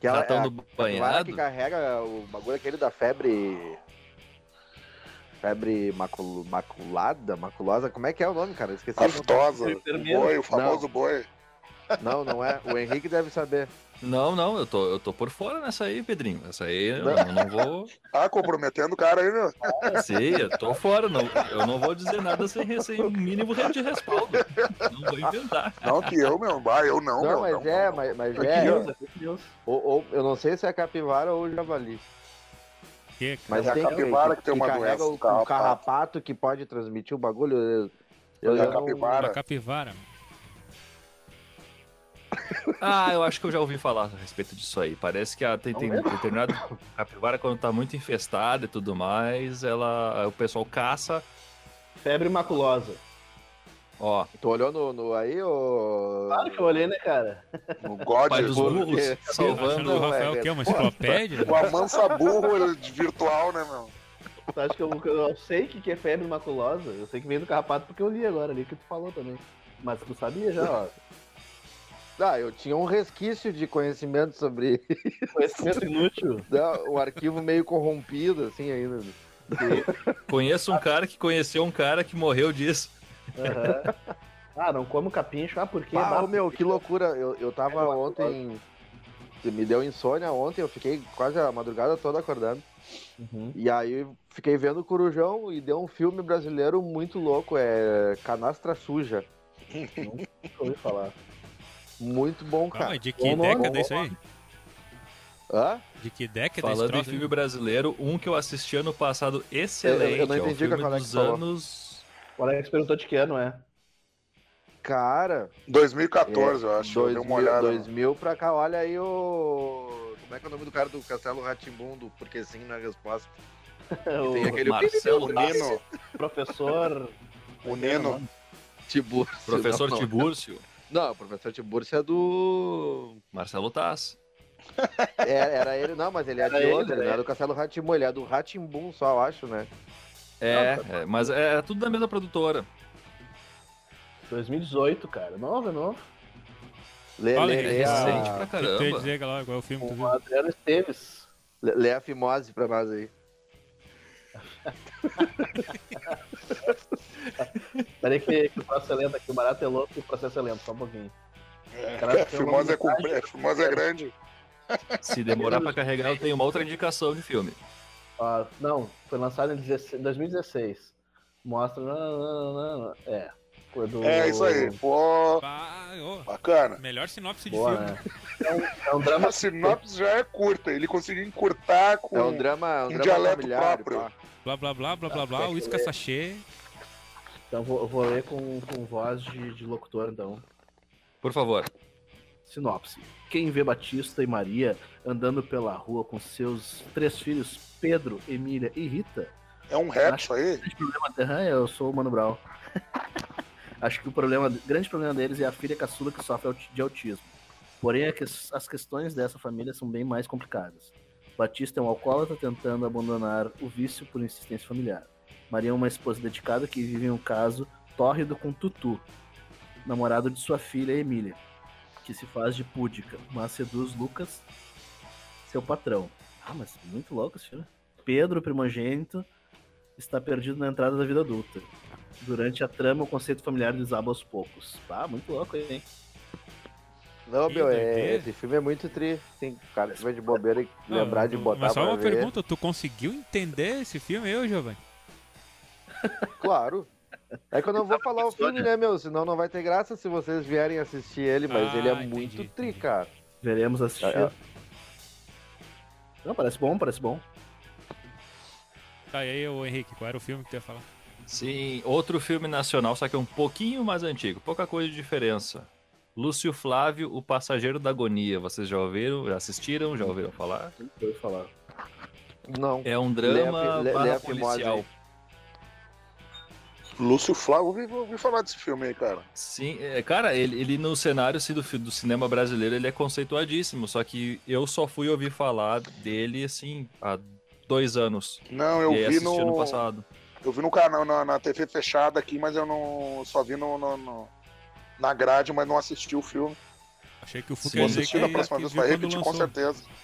Que ela,
Ratão
é
do
a capivara
banhado?
que carrega o bagulho aquele da febre. Febre macul- maculada, maculosa, como é que é o nome, cara? Eu Esqueci. o nome.
Aftosa. O
Enfermeiro.
boi, o famoso boi.
Não, não é. O Henrique deve saber.
Não, não, eu tô, eu tô por fora nessa aí, Pedrinho. Essa aí eu não, não vou.
Ah, comprometendo o cara aí, né? meu.
Sei, eu tô fora. Não, eu não vou dizer nada sem, re- sem o mínimo de respaldo. Não vou inventar.
Não, que eu, meu. Bah, eu não,
Não,
meu.
mas
não,
é,
não.
mas, mas
Fake
é.
news, é fake news.
Ou, ou- eu não sei se é capivara ou javali.
Que,
Mas
É a
tem
capivara que tem uma
carrega
doença,
o, o
carrapato.
carrapato que pode transmitir o bagulho. Eu, eu
É a
já não-
capivara.
Uma capivara.
Ah, eu acho que eu já ouvi falar a respeito disso aí. Parece que a, tem, tem
Não
determinado capivara, quando tá muito infestada e tudo mais, ela, o pessoal caça.
Febre maculosa.
Ó,
Tu olhou no, no aí, ô.
Claro que eu olhei, né, cara?
No
o
God,
pai dos
por
burros
quê?
Achando o
salvando.
Não,
Rafael
é,
que é uma
pô,
enciclopédia?
o amansa burro virtual, né, meu?
Tu acha que eu, eu sei o que, que é febre maculosa? Eu sei que vem do carrapato porque eu li agora ali que tu falou também. Mas tu sabia já, ó.
Ah, eu tinha um resquício de conhecimento sobre
Conhecimento inútil.
né, um arquivo meio corrompido, assim, ainda.
Conheço um cara que conheceu um cara que morreu disso.
Aham. Ah, não como capincho. Ah, por quê?
Ah,
Bah,
meu, que loucura. Eu, eu tava ontem. Me deu insônia ontem, eu fiquei quase a madrugada toda acordando.
Uhum.
E aí fiquei vendo o Corujão e deu um filme brasileiro muito louco, é Canastra Suja.
Nunca ouvi falar.
Muito bom,
Ah,
cara.
mas de que
Vamos lá,
década
vamos
é isso aí?
Hã?
De que né? década esse
Falando em
troço?
filme
aí?
brasileiro, um que eu assisti ano passado, excelente.
Eu- eu não
é o
entendi o que
filme
o Alex
dos
falou.
anos.
O Alex perguntou de que ano é.
Cara,
2014, eu acho. eu dei uma
2000,
olhada. né?
2000 pra cá, olha aí o. né? Como é que é o nome do cara do Castelo Ratimbundo? Porque sim, na resposta.
o
Tem aquele
Marcelo
O
Tassi,
Nino,
professor.
o Nino.
Tiburcio.
Professor
não, não.
Tibúrcio,
Não, o professor Tiburcio é do.
Marcelo Tassi.
É, era ele, não, mas ele é
Era
de
ele,
outro,
era
ele não é do Castelo Ratimbu, ele é do Ratimbum só, eu acho, né?
É,
tá
é, mas é tudo da mesma produtora.
2018, cara. Novo, é novo.
Lê,
Fala,
lê,
Henrique,
lê,
Recente É pra
Tu
a,
ia
caramba.
dizer lá qual é o filme que tu
Com o
viu?
Adriano Esteves.
lê- lê a fimose pra nós aí.
Peraí que, que o processo é lento aqui. O barato é louco e o processo é lento. Só um pouquinho.
É,
um
Fimosa é, compre- é, Fimosa é grande.
Se demorar pra carregar, eu tenho uma outra indicação de filme.
Ó, não, foi lançado em 16 2016. Mostra. Não, não, não, não. É. Foi do.
É isso aí. Pô,
Ah, ô,
bacana.
melhor sinopse de
Boa,
filme.
né? É um, é um drama.
A sinopse já é curta, ele conseguiu encurtar com.
É um drama, é um
Um
drama
dialeto
familiar.
próprio.
pá.
Blá, blá, blá, blá, blá, blá, uísca sachê.
Então vou, vou ler com, com voz de, de locutor, então.
Por favor.
Sinopse. Quem vê Batista e Maria andando pela rua com seus três filhos, Pedro, Emília e Rita,
É um rap isso aí?
grande problema Terran, eu sou o Mano Brown. Acho que o problema, o grande problema deles é a filha caçula que sofre auti- de autismo. Porém, a que- as questões dessa família são bem mais complicadas. Batista é um alcoólatra tentando abandonar o vício por insistência familiar. Maria é uma esposa dedicada que vive em um caso tórrido com Tutu, namorado de sua filha Emília, que se faz de púdica, mas seduz Lucas, seu patrão. Ah, mas muito louco esse filme. Pedro, primogênito, está perdido na entrada da vida adulta. Durante a trama, o conceito familiar desaba aos poucos. Tá, muito louco, hein?
Não,
Ih,
meu, é,
doideira.
esse filme é muito tri. Tem cara que vai de bobeira e
Não,
lembrar de botar
Mas só
pra
uma
ver.
pergunta, tu conseguiu entender esse filme eu, Giovanni?
Claro. É que eu não vou falar o filme, né, meu? Senão não vai ter graça se vocês vierem assistir ele, mas
Ah,
ele é
entendi,
muito tri,
entendi.
cara.
Veremos assistir.
É, é.
Não, parece bom, parece bom.
Tá, e aí, ô Henrique, qual era o filme que tu ia falar?
Sim, outro filme nacional, só que é um pouquinho mais antigo. Pouca coisa de diferença. Lúcio Flávio, O Passageiro da Agonia. Vocês já ouviram, já assistiram, já ouviram falar?
Nunca ouvi falar.
Não.
É um
Lê a
drama
fi- lê-
barra
lê a fimose
policial.
aí.
Lúcio Flávio, ouvi, ouvi falar desse filme aí, cara.
Sim, é, cara, ele, ele no cenário assim, do, fi- do cinema brasileiro, ele é conceituadíssimo. Só que eu só fui ouvir falar dele, assim, há dois anos.
Não, eu
e aí
vi
assisti
no.
ano passado.
Eu vi no canal, na, na TV fechada aqui, mas eu não. Só vi no, no- no- na grade, mas não assisti o filme.
Tá Achei que o Fu
Se
quer dizer
você
que
Assistir da próxima
que
vez
viu
vai
quando
repetir com
lançou.
certeza.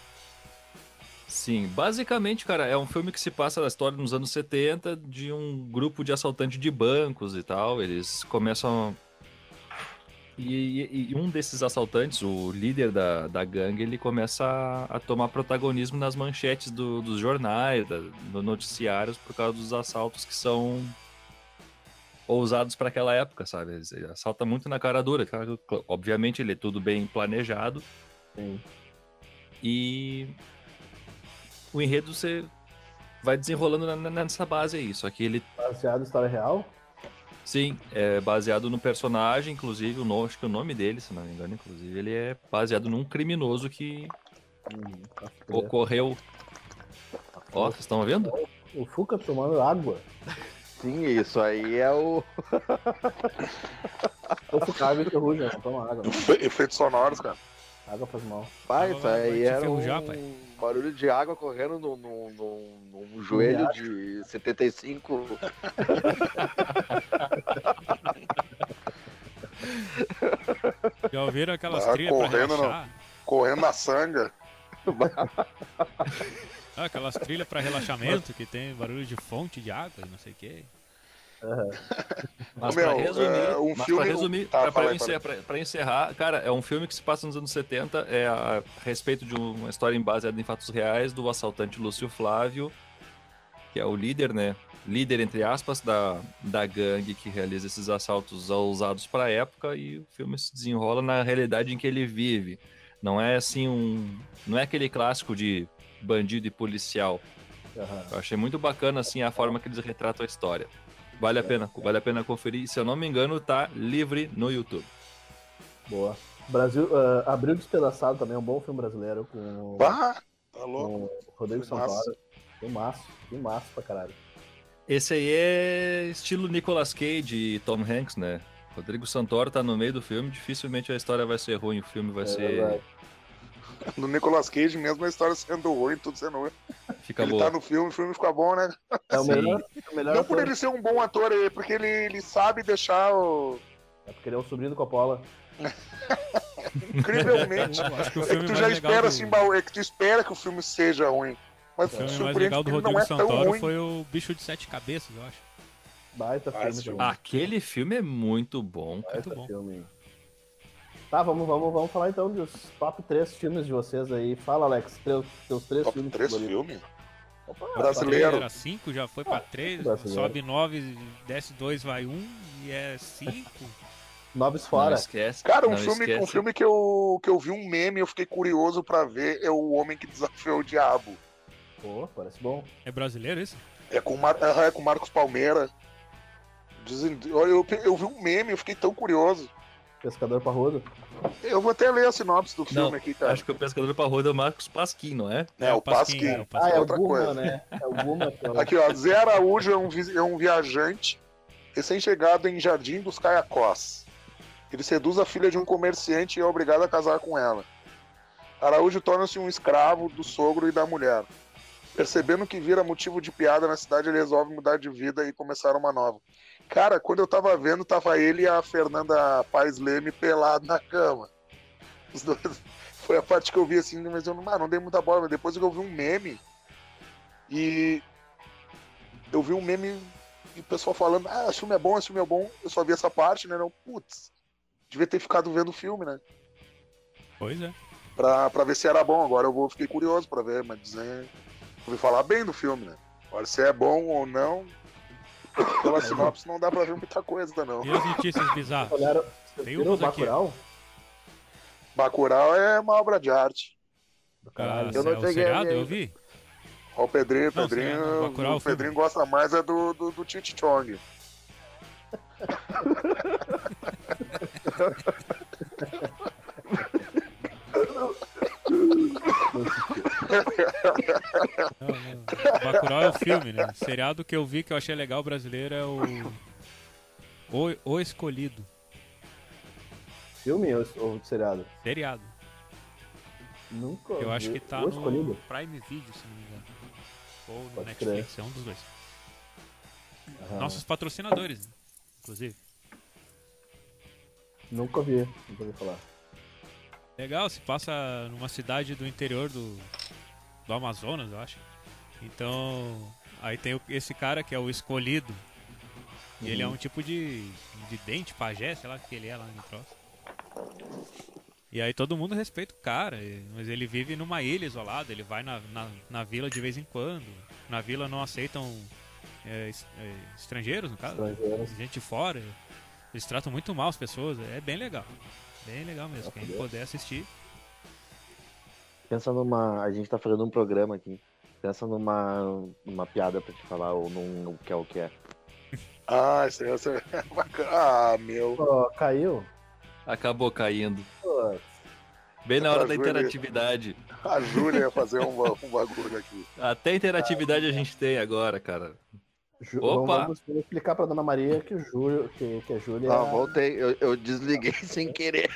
Sim, basicamente, cara, é um filme que se passa na história nos anos 70 de um grupo de assaltantes de bancos e tal. Eles começam. E, e- e um desses assaltantes, o líder da, da gangue, ele começa a, a tomar protagonismo nas manchetes do- dos jornais, da, no noticiários, por causa dos assaltos que são ousados para aquela época, sabe? Eles- Ele assalta muito na cara dura. Claro que, Obviamente, ele é tudo bem planejado.
Sim.
E o enredo você vai desenrolando na- na- nessa base aí. Só que ele,
Baseado em história real?
sim, é baseado no personagem, inclusive, o nome, acho que o nome dele, se não me engano, inclusive, ele é baseado num criminoso que
Hum, tá fudendo.
ocorreu. Ó, vocês estão vendo?
O Fuca tomando água.
Sim, isso aí é o.
O Fuca água enferruja, não toma água. não.
Efe- Efeitos sonoros, cara.
Água faz mal.
Pai,
Vai,
isso
vai, vai
aí
te
era
enferrujar,
um
pai.
barulho de água correndo num, num- num- num joelho de 75.
Já ouviram aquelas
Tá
trilhas pra
correndo, não.
relaxar?
Correndo na sanga.
Ah, aquelas trilhas pra relaxamento que tem barulho de fonte de água e não sei o quê.
Mas
Ô, meu,
pra resumir,
é, um
mas
filme-
pra resumir,
Tá,
pra- pra
fala aí,
encerrar, pra- pra encerrar, cara, é um filme que se passa nos anos 70, é a, a respeito de uma história em baseada em fatos reais do assaltante Lúcio Flávio, que é o líder, né? Líder, entre aspas, da, da gangue que realiza esses assaltos ousados pra época, e o filme se desenrola na realidade em que ele vive. Não é assim um. Não é aquele clássico de bandido e policial.
Aham.
Eu achei muito bacana assim a forma que eles retratam a história. Vale a
É.
pena, vale a pena conferir. E, Se eu não me engano, tá livre no YouTube.
Boa. Brasil, ah, Abril Despedaçado também é um bom filme brasileiro com, o-
Bah, tá louco.
com o Rodrigo
Filmaço.
Santoro. Filmaço, filmaço pra caralho.
Esse aí é estilo Nicolas Cage e Tom Hanks, né? Rodrigo Santoro tá no meio do filme, dificilmente a história vai ser ruim, o filme vai
É
ser
verdade.
No Nicolas Cage, mesmo a história sendo ruim, tudo sendo ruim.
fica
ele
boa.
tá no filme, o filme fica bom, né?
É o
Sim.
melhor, é o
Tá,
melhor
Não por
ator.
ele ser um bom ator, é porque ele, ele sabe deixar o...
É porque ele é o sobrinho do Coppola.
incrivelmente.
Eu acho que o
É
filme
que
mais
tu já
legal
espera,
do...
assim, Baú, é que tu espera que o filme seja ruim. Mas
O filme mais
surpreende
legal do
porque ele
Rodrigo
não é tão
Santoro
ruim.
foi o Bicho de Sete Cabeças, eu acho.
Baita
Ah, esse
filme.
filme.
também.
Aquele filme é muito bom. cara.
Muito bom.
filme. Tá, vamos, vamos, vamos falar então dos top 3 filmes de vocês aí. Fala, Alex, teus, teus três
Top
filmes
3
favoritos.
filmes?
Opa,
Brasileiro.
Era 5, já foi
Ah,
pra 3,
brasileiro.
sobe 9, desce 2, vai 1 e é 5.
Noves
Não
Fora.
esquece.
Cara, um
não
filme, um
esquece.
filme que, eu, que eu vi um meme e eu fiquei curioso pra ver é O Homem que Desafiou o Diabo.
Pô, parece bom.
É brasileiro isso?
É com, o Mar... é com o Marcos Palmeira. Dizem... Olha, Eu, eu vi um meme e eu fiquei tão curioso.
Pescador Parrudo.
Eu vou até ler a sinopse do filme
Não,
aqui, cara.
Acho que o Pescador pra Roda é o Marcos Pasquim, não é?
É, o Pasquim.
é o
Ah,
Pasquim.
é o
outra
Guma,
coisa.
né? É o Guma. que é o-
Aqui, ó. Zé Araújo é um, vi- é um viajante recém-chegado em Jardim dos Caiacós. Ele seduz a filha de um comerciante e é obrigado a casar com ela. Araújo torna-se um escravo do sogro e da mulher. Percebendo que vira motivo de piada na cidade, ele resolve mudar de vida e começar uma nova. Cara, quando eu tava vendo, tava ele e a Fernanda Paes Leme pelado na cama. Os dois. Foi a parte que eu vi assim, mas eu não, ah, não dei muita bola. Mas depois que eu vi um meme. E eu vi um meme e o pessoal falando, ah, esse filme é bom, esse filme é bom. Eu só vi essa parte, né? Não, putz, devia ter ficado vendo o filme, né?
Pois é.
Pra, pra ver se era bom. Agora eu vou, fiquei curioso pra ver, mas dizer. Ouvi falar bem do filme, né? Agora se é bom ou não. Pela sinopse não dá pra ver muita coisa, não.
E as notícias bizarras?
Olharam, vocês
Tem
viram o
uns aqui,
Bacurau?
Bacurau é uma obra de arte.
Do
Ah,
caralho.
eu não
é o
cheguei a
seriado,
ver
eu
ainda.
vi.
Ó, o Pedrinho,
Não,
Pedrinho,
sim, é, não, Bacurau é o
o
filme.
Pedrinho gosta mais é do, do, do Cheech Chong.
Não, não. Bacurau é o filme, né? O seriado que eu vi que eu achei legal brasileiro é o... O, o Escolhido.
Filme ou, ou seriado?
Seriado.
Nunca.
Eu acho
vi.
que tá
O escolhido.
no Prime Video, se não me engano. Ou no
Pode
Netflix, é um dos dois.
Aham.
Nossos patrocinadores, né? inclusive.
Nunca vi. Nunca ouvi falar.
Legal, se passa numa cidade do interior do, do Amazonas, eu acho. Então, aí tem o- esse cara que é o escolhido. E ele é um tipo de, de dente pajé, sei lá o que ele é lá no troço. E aí todo mundo respeita o cara, e- mas ele vive numa ilha isolada, ele vai na, na, na vila de vez em quando. Na vila não aceitam é, es- é, estrangeiros, no caso.
Estrangeiros.
Gente de fora. Eles tratam muito mal as pessoas, é bem legal. Bem legal mesmo, quem puder assistir.
Pensa numa. A gente tá fazendo um programa aqui. Pensa numa, numa piada pra te falar, ou num o que é o que é.
Ah, essa, essa é bacana. Ah, meu.
Pô, caiu?
Acabou caindo.
Pô,
Bem na hora da
Ajoelha.
interatividade.
A Júlia ia fazer um, ba- um bagulho aqui.
Até interatividade a gente tem agora, cara.
Ju-
Opa!
Vamos vamos explicar pra dona Maria que o Júlio, que, que a Júlia.
Ah, voltei. Eu, eu desliguei sem querer.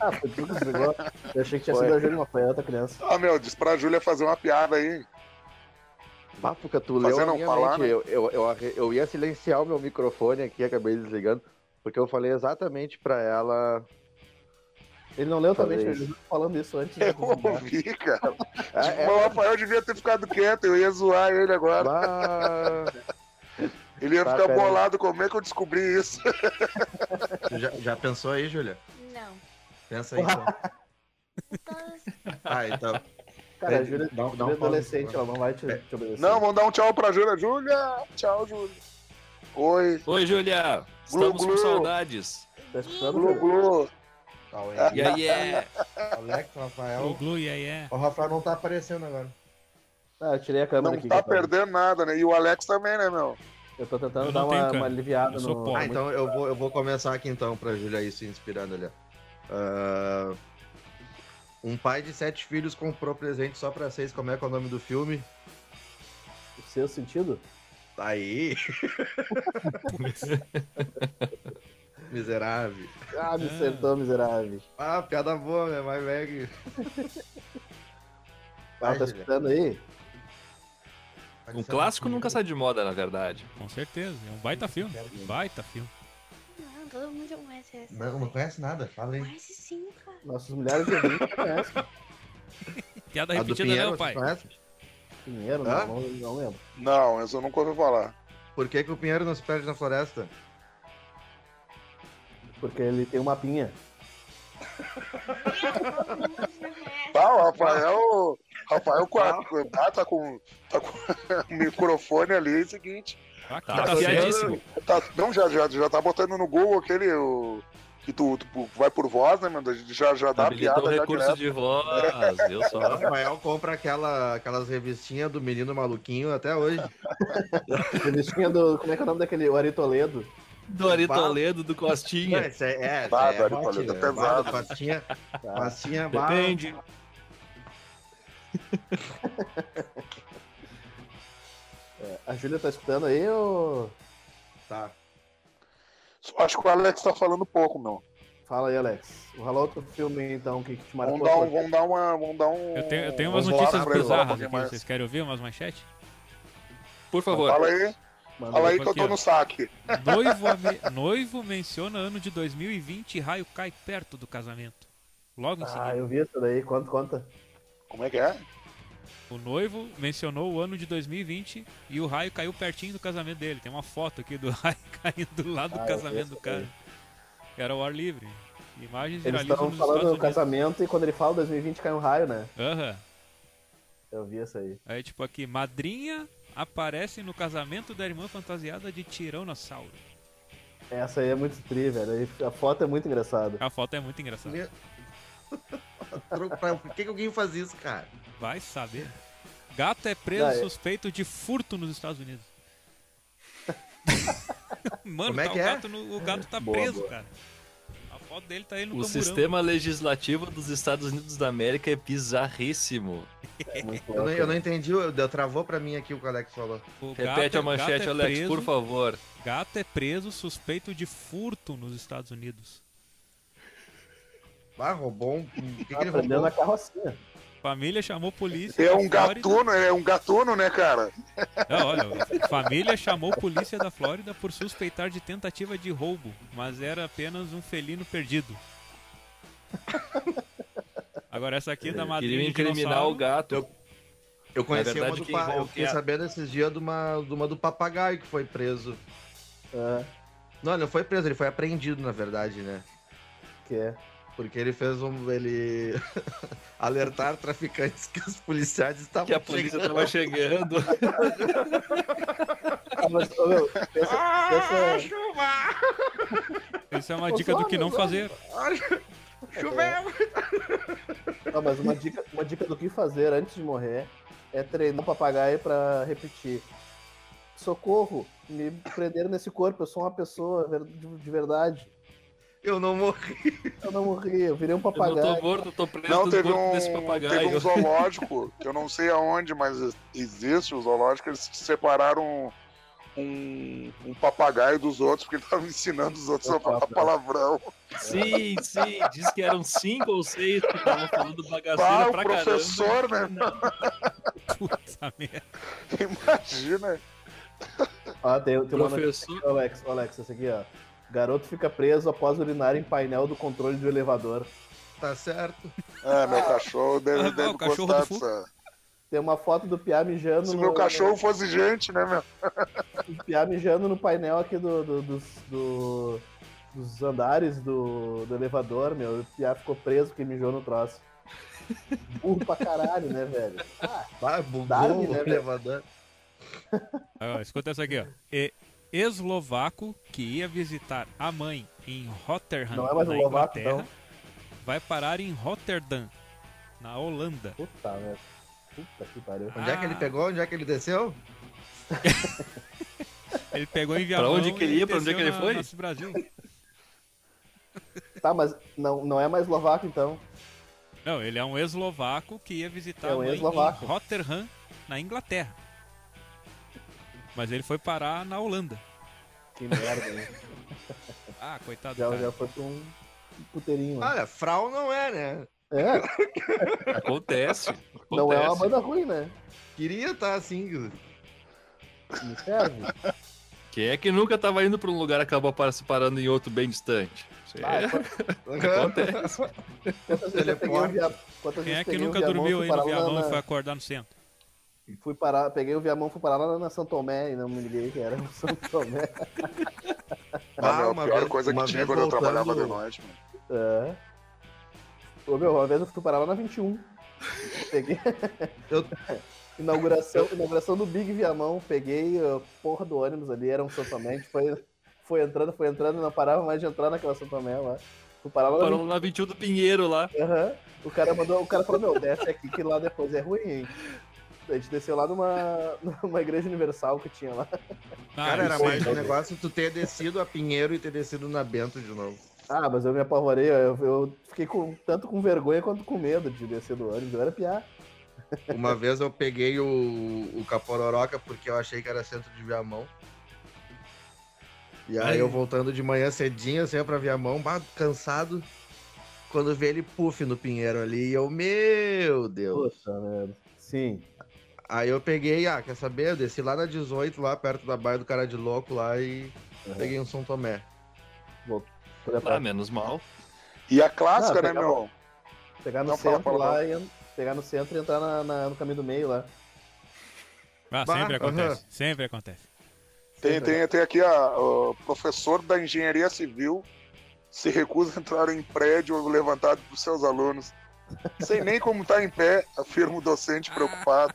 Ah, foi tudo que desligou. Eu achei que tinha
Foi.
sido a Júlia, mas foi outra criança.
Ah, meu, diz pra Júlia fazer uma piada aí.
Papuca, tu
Fazer
leu a
não
minha
falar,
mente.
né?
Eu, eu, eu, arre- eu ia silenciar o meu microfone aqui, acabei desligando, porque eu falei exatamente pra ela.
Ele não leu também,
Falei
ele
isso.
estava falando isso antes. de
É.
Eu
desligar.
ouvi, cara.
Ah,
Mas o Rafael devia ter ficado quieto, eu ia zoar ele agora.
Ah,
bah,
Ele ia
Tá,
ficar
pera aí.
bolado, como é que eu descobri isso?
Já, já pensou aí, Júlia?
Não.
Pensa aí, então.
assim,
Ah, então.
Cara, a Júlia,
Dá um- dá um
Júlia é
pause,
adolescente,
então.
ela não vai te, te obedecer.
É. Não, vamos dar um tchau pra Júlia. Júlia, tchau, Júlia. Oi,
Oi, Julia! Estamos
Glu,
com
glu.
saudades.
Tá escutando,
Glu
Júlia?
Glu.
Cauê,
E aí é.
Alex,
O
Rafael.
Glu, yeah, yeah.
O Rafael não tá aparecendo agora.
Ah, eu tirei a câmera
Não
aqui.
tá
que eu tava-
perdendo nada, né? E o Alex também, né, meu?
Eu tô tentando
Eu não
dar
tenho
uma,
câmera.
uma aliviada
Eu sou
no.
pobre.
Ah, então eu vou, eu vou começar aqui então pra Júlia ir se inspirando ali. ó. Ah, um pai de sete filhos comprou presente só pra seis. Como é que é o nome do filme?
O seu sentido?
Tá Aí. Miserável.
Ah, me acertou, miserável.
Ah, piada boa, né? Mas velho.
Ah, tá escutando aí?
Um clássico nunca sai de moda, na verdade.
Com certeza, é um baita filme. Baita filme.
Não, todo mundo conhece essa.
Não, não conhece nada. Fala aí.
Conhece sim, cara.
Nossos milhares de ouvintes conhecem.
Piada
A do
repetida
Pinheiro,
não,
você
né, pai.
conhece?
Pinheiro, não,
Hã?
não, não lembro.
Não, essa eu nunca ouvi falar.
Por que, que o Pinheiro não se perde na floresta?
Porque ele tem um uma pinha.
Todo mundo conhece.
Tá, o Rafael. Rafael com a- tá, tá com, tá com o microfone ali, é o seguinte.
tipo,
Tá,
Tá
tá
afiadíssimo.
Tá, não, já, já, já tá botando no Google aquele. o- que tu, tu vai por voz, né, mano? Já, já dá a
Habilitou
piada já
recurso
direto.
de voz, viu só?
O Rafael compra aquela, aquelas revistinhas do menino maluquinho até hoje.
Revistinha do. Como é que é o nome daquele? O Ari Toledo.
Do Ari Toledo, do Costinha.
Isso é, é, é,
Bah,
é,
velho,
bate,
falei, tá
né?
pesado.
Bah, Pastinha,
Tá?
pastinha, bah.
Depende.
A Júlia tá escutando aí ou.
Tá.
Acho que o Alex tá falando pouco, meu.
Fala aí, Alex. Fala outro filme então que, que te marcou.
Vamos dar, um, vamos dar uma. Vamos dar um.
Eu tenho, eu tenho umas
vamos
notícias
lá pra ele falar um
bizarras
pouquinho
aqui.
mais.
Vocês querem ouvir umas manchetes?
Por favor.
Fala aí,
Manda
fala aí
um
que eu tô
pouquinho.
no saque.
Noivo, ame- noivo menciona ano de 2020 e raio cai perto do casamento. Logo
um
em
Ah,
seguida,
eu vi isso daí. Conta, conta.
Como é que é?
o noivo mencionou o ano de 2020 e o raio caiu pertinho do casamento dele. Tem uma foto aqui do raio caindo do lado
Ah,
do
eu
casamento
vi
do
essa
cara. Era ao ar livre. Imagens
Eles
viralizam
estavam
nos
falando do
Estados Unidos.
casamento e quando ele fala 2020 cai um raio, né?
Aham.
Eu vi isso aí.
Aí, tipo aqui, madrinha aparece no casamento da irmã fantasiada de Tiranossauro.
Essa aí é muito tri, velho. Aí A foto é muito engraçada.
A foto é muito engraçada.
Tro- pra- Por que, que alguém faz isso, cara?
Vai saber. Gato é preso
Ah, é.
suspeito de furto nos Estados Unidos. Mano,
Como é
tá
que
o,
é?
gato no- o gato tá
Boa,
preso,
boa.
cara. A foto dele tá aí no
O
camburão.
sistema legislativo dos Estados Unidos da América é bizarríssimo.
É muito
Eu não,
louco.
eu não entendi, eu, eu- travou pra mim aqui o que o Alex falou.
O
Repete
gato-
a manchete,
gato é
Alex,
preso,
por favor.
Gato é preso suspeito de furto nos Estados Unidos.
Ah, roubou um. O que, que
Tá
ele
prendendo
roubou?
a carrocinha.
Família chamou polícia.
É
da
um
Flórida-
gatuno, é um gatuno, né, cara?
Não, olha, família chamou polícia da Flórida por suspeitar de tentativa de roubo, mas era apenas um felino perdido. Agora essa aqui é da madeira.
Queriam
de
incriminar
dinossauro.
o gato.
Eu conheci
verdade,
uma do
quem
pa-
envolve-
Eu fiquei sabendo esses dias de uma, de uma do papagaio que foi preso.
Ah,
Não, ele não foi preso, ele foi apreendido, na verdade, né?
que é.
Porque ele fez um. Ele. alertar traficantes que os policiais estavam
Que a polícia
chegando.
tava chegando.
Ah, mas, ô, meu, pensa, pensa,
Isso é uma dica do que não fazer.
ah, mas uma, dica, uma dica do que fazer antes de morrer é treinar o papagaio pra repetir. Socorro, me prenderam nesse corpo, eu sou uma pessoa ver- de de verdade.
Eu não morri.
Eu não morri, eu virei um
Eu não
papagaio.
tô morto, eu tô preso
Não,
no
teve
corpo
um,
Né, desse
teve um
papagaio.
zoológico, que eu não sei aonde, mas existe o zoológico, eles separaram um, um papagaio dos outros, porque ele tava ensinando os outros a falar palavrão.
Sim, sim. Diz que eram cinco ou seis que estavam falando
Bah,
bagaceira
Ah, o
pra caramba.
professor, né?
Puta merda.
Imagina.
Ah, tem, tem uma notícia
Professor.
aqui, ó, Alex, ó, Alex, essa aqui, ó. Garoto fica preso após urinar em painel do controle do elevador.
Tá certo.
Ah, meu cachorro deve,
Ah,
deve
o cachorro
gostar
do Fu.
dessa.
Tem uma foto do Piá mijando.
Se
no-
meu cachorro fosse gente, né, meu?
do Piá mijando no painel aqui do, do- dos, do- dos andares do, do elevador, meu. O Piá ficou preso porque mijou no troço. Burro pra caralho, né, velho?
Vai, bugou
Darwin,
o
né, velho?
elevador.
Agora, escuta essa aqui, ó. E eslovaco que ia visitar a mãe em Rotterdam,
Não é mais
na
eslovaco,
Inglaterra, vai parar em Rotterdam, na Holanda.
Puta, velho. Puta que pariu.
Onde é que ele
Ah.
pegou? Onde é que ele desceu?
Ele pegou em
Pra
Viamão
onde que ele
e
ia? Pra onde é que
desceu
ele
na-
foi?
nosso Brasil.
Tá, mas não, não é mais eslovaco, então.
Não, ele é um eslovaco que ia visitar
É
a
um
mãe
eslovaco.
em Rotterdam, na Inglaterra. Mas ele foi parar na Holanda.
Que merda, né?
Ah, coitado.
Já,
cara.
já foi pra um puteirinho. né?
Olha, Frau não é, né?
É,
Acontece.
não é uma
acontece.
banda ruim, né?
Queria estar assim.
Me serve.
Quem é que nunca tava indo pra um lugar e acabou par- se parando em outro bem distante? Isso
Ah,
é- acontece.
Quantas vezes eu peguei o via... quantas
Quem
vezes
é que
peguei o
um
nunca
Viamão,
dormiu
fui
aí
parar
no
lá
Viamão
na-
e foi acordar no centro?
Fui parar, peguei o Viamão, fui parar lá na São Tomé e não me liguei que era o São Tomé.
Ah, meu,
uma
a pior
vez-
coisa que
uma
tinha
vez
quando eu trabalhava de
voltando-
noite, mano.
É. Ô meu, uma vez eu fui parar lá na 21. Peguei.
Eu-
inauguração, inauguração do Big Viamão, peguei a porra do ônibus ali, era um São Tomé, a gente foi, foi entrando, foi entrando, não parava mais de entrar naquela São Tomé lá. Fui parar lá na
Parou na 21 do Pinheiro lá.
Aham. O cara mandou, o cara falou, meu, desce aqui que lá depois é ruim, hein? A gente desceu lá numa, numa igreja universal que tinha lá.
Ah,
Cara, era
isso aí.
mais um
né?
negócio tu ter descido a Pinheiro e ter descido na Bento de novo.
Ah, mas eu me apavorei, eu, eu fiquei com, tanto com vergonha quanto com medo de descer do ônibus. Eu era piá.
Uma vez eu peguei o, o Capororoca porque eu achei que era centro de Viamão. E aí
Aí.
eu voltando de manhã cedinho, assim, pra Viamão, bah, cansado. Quando vê ele puff no Pinheiro ali, e eu, meu Deus.
Poxa, merda. Sim.
Aí eu peguei, ah, quer saber? Eu desci lá na 18, lá perto da baia do cara de louco lá e
Aham.
peguei um São Tomé.
Podia
Ah,
pra-
menos mal.
E a clássica,
Ah,
né,
pegava-
meu?
pegar no
não, fala,
centro
fala,
lá
fala.
e en- pegar no centro e entrar na, na- no caminho do meio lá.
Ah, sempre acontece. Sempre acontece.
Tem, tem, tem aqui a, o professor da engenharia civil se recusa a entrar em prédio levantado por seus alunos. Sem nem como tá em pé, afirma o
Ah.
docente preocupado.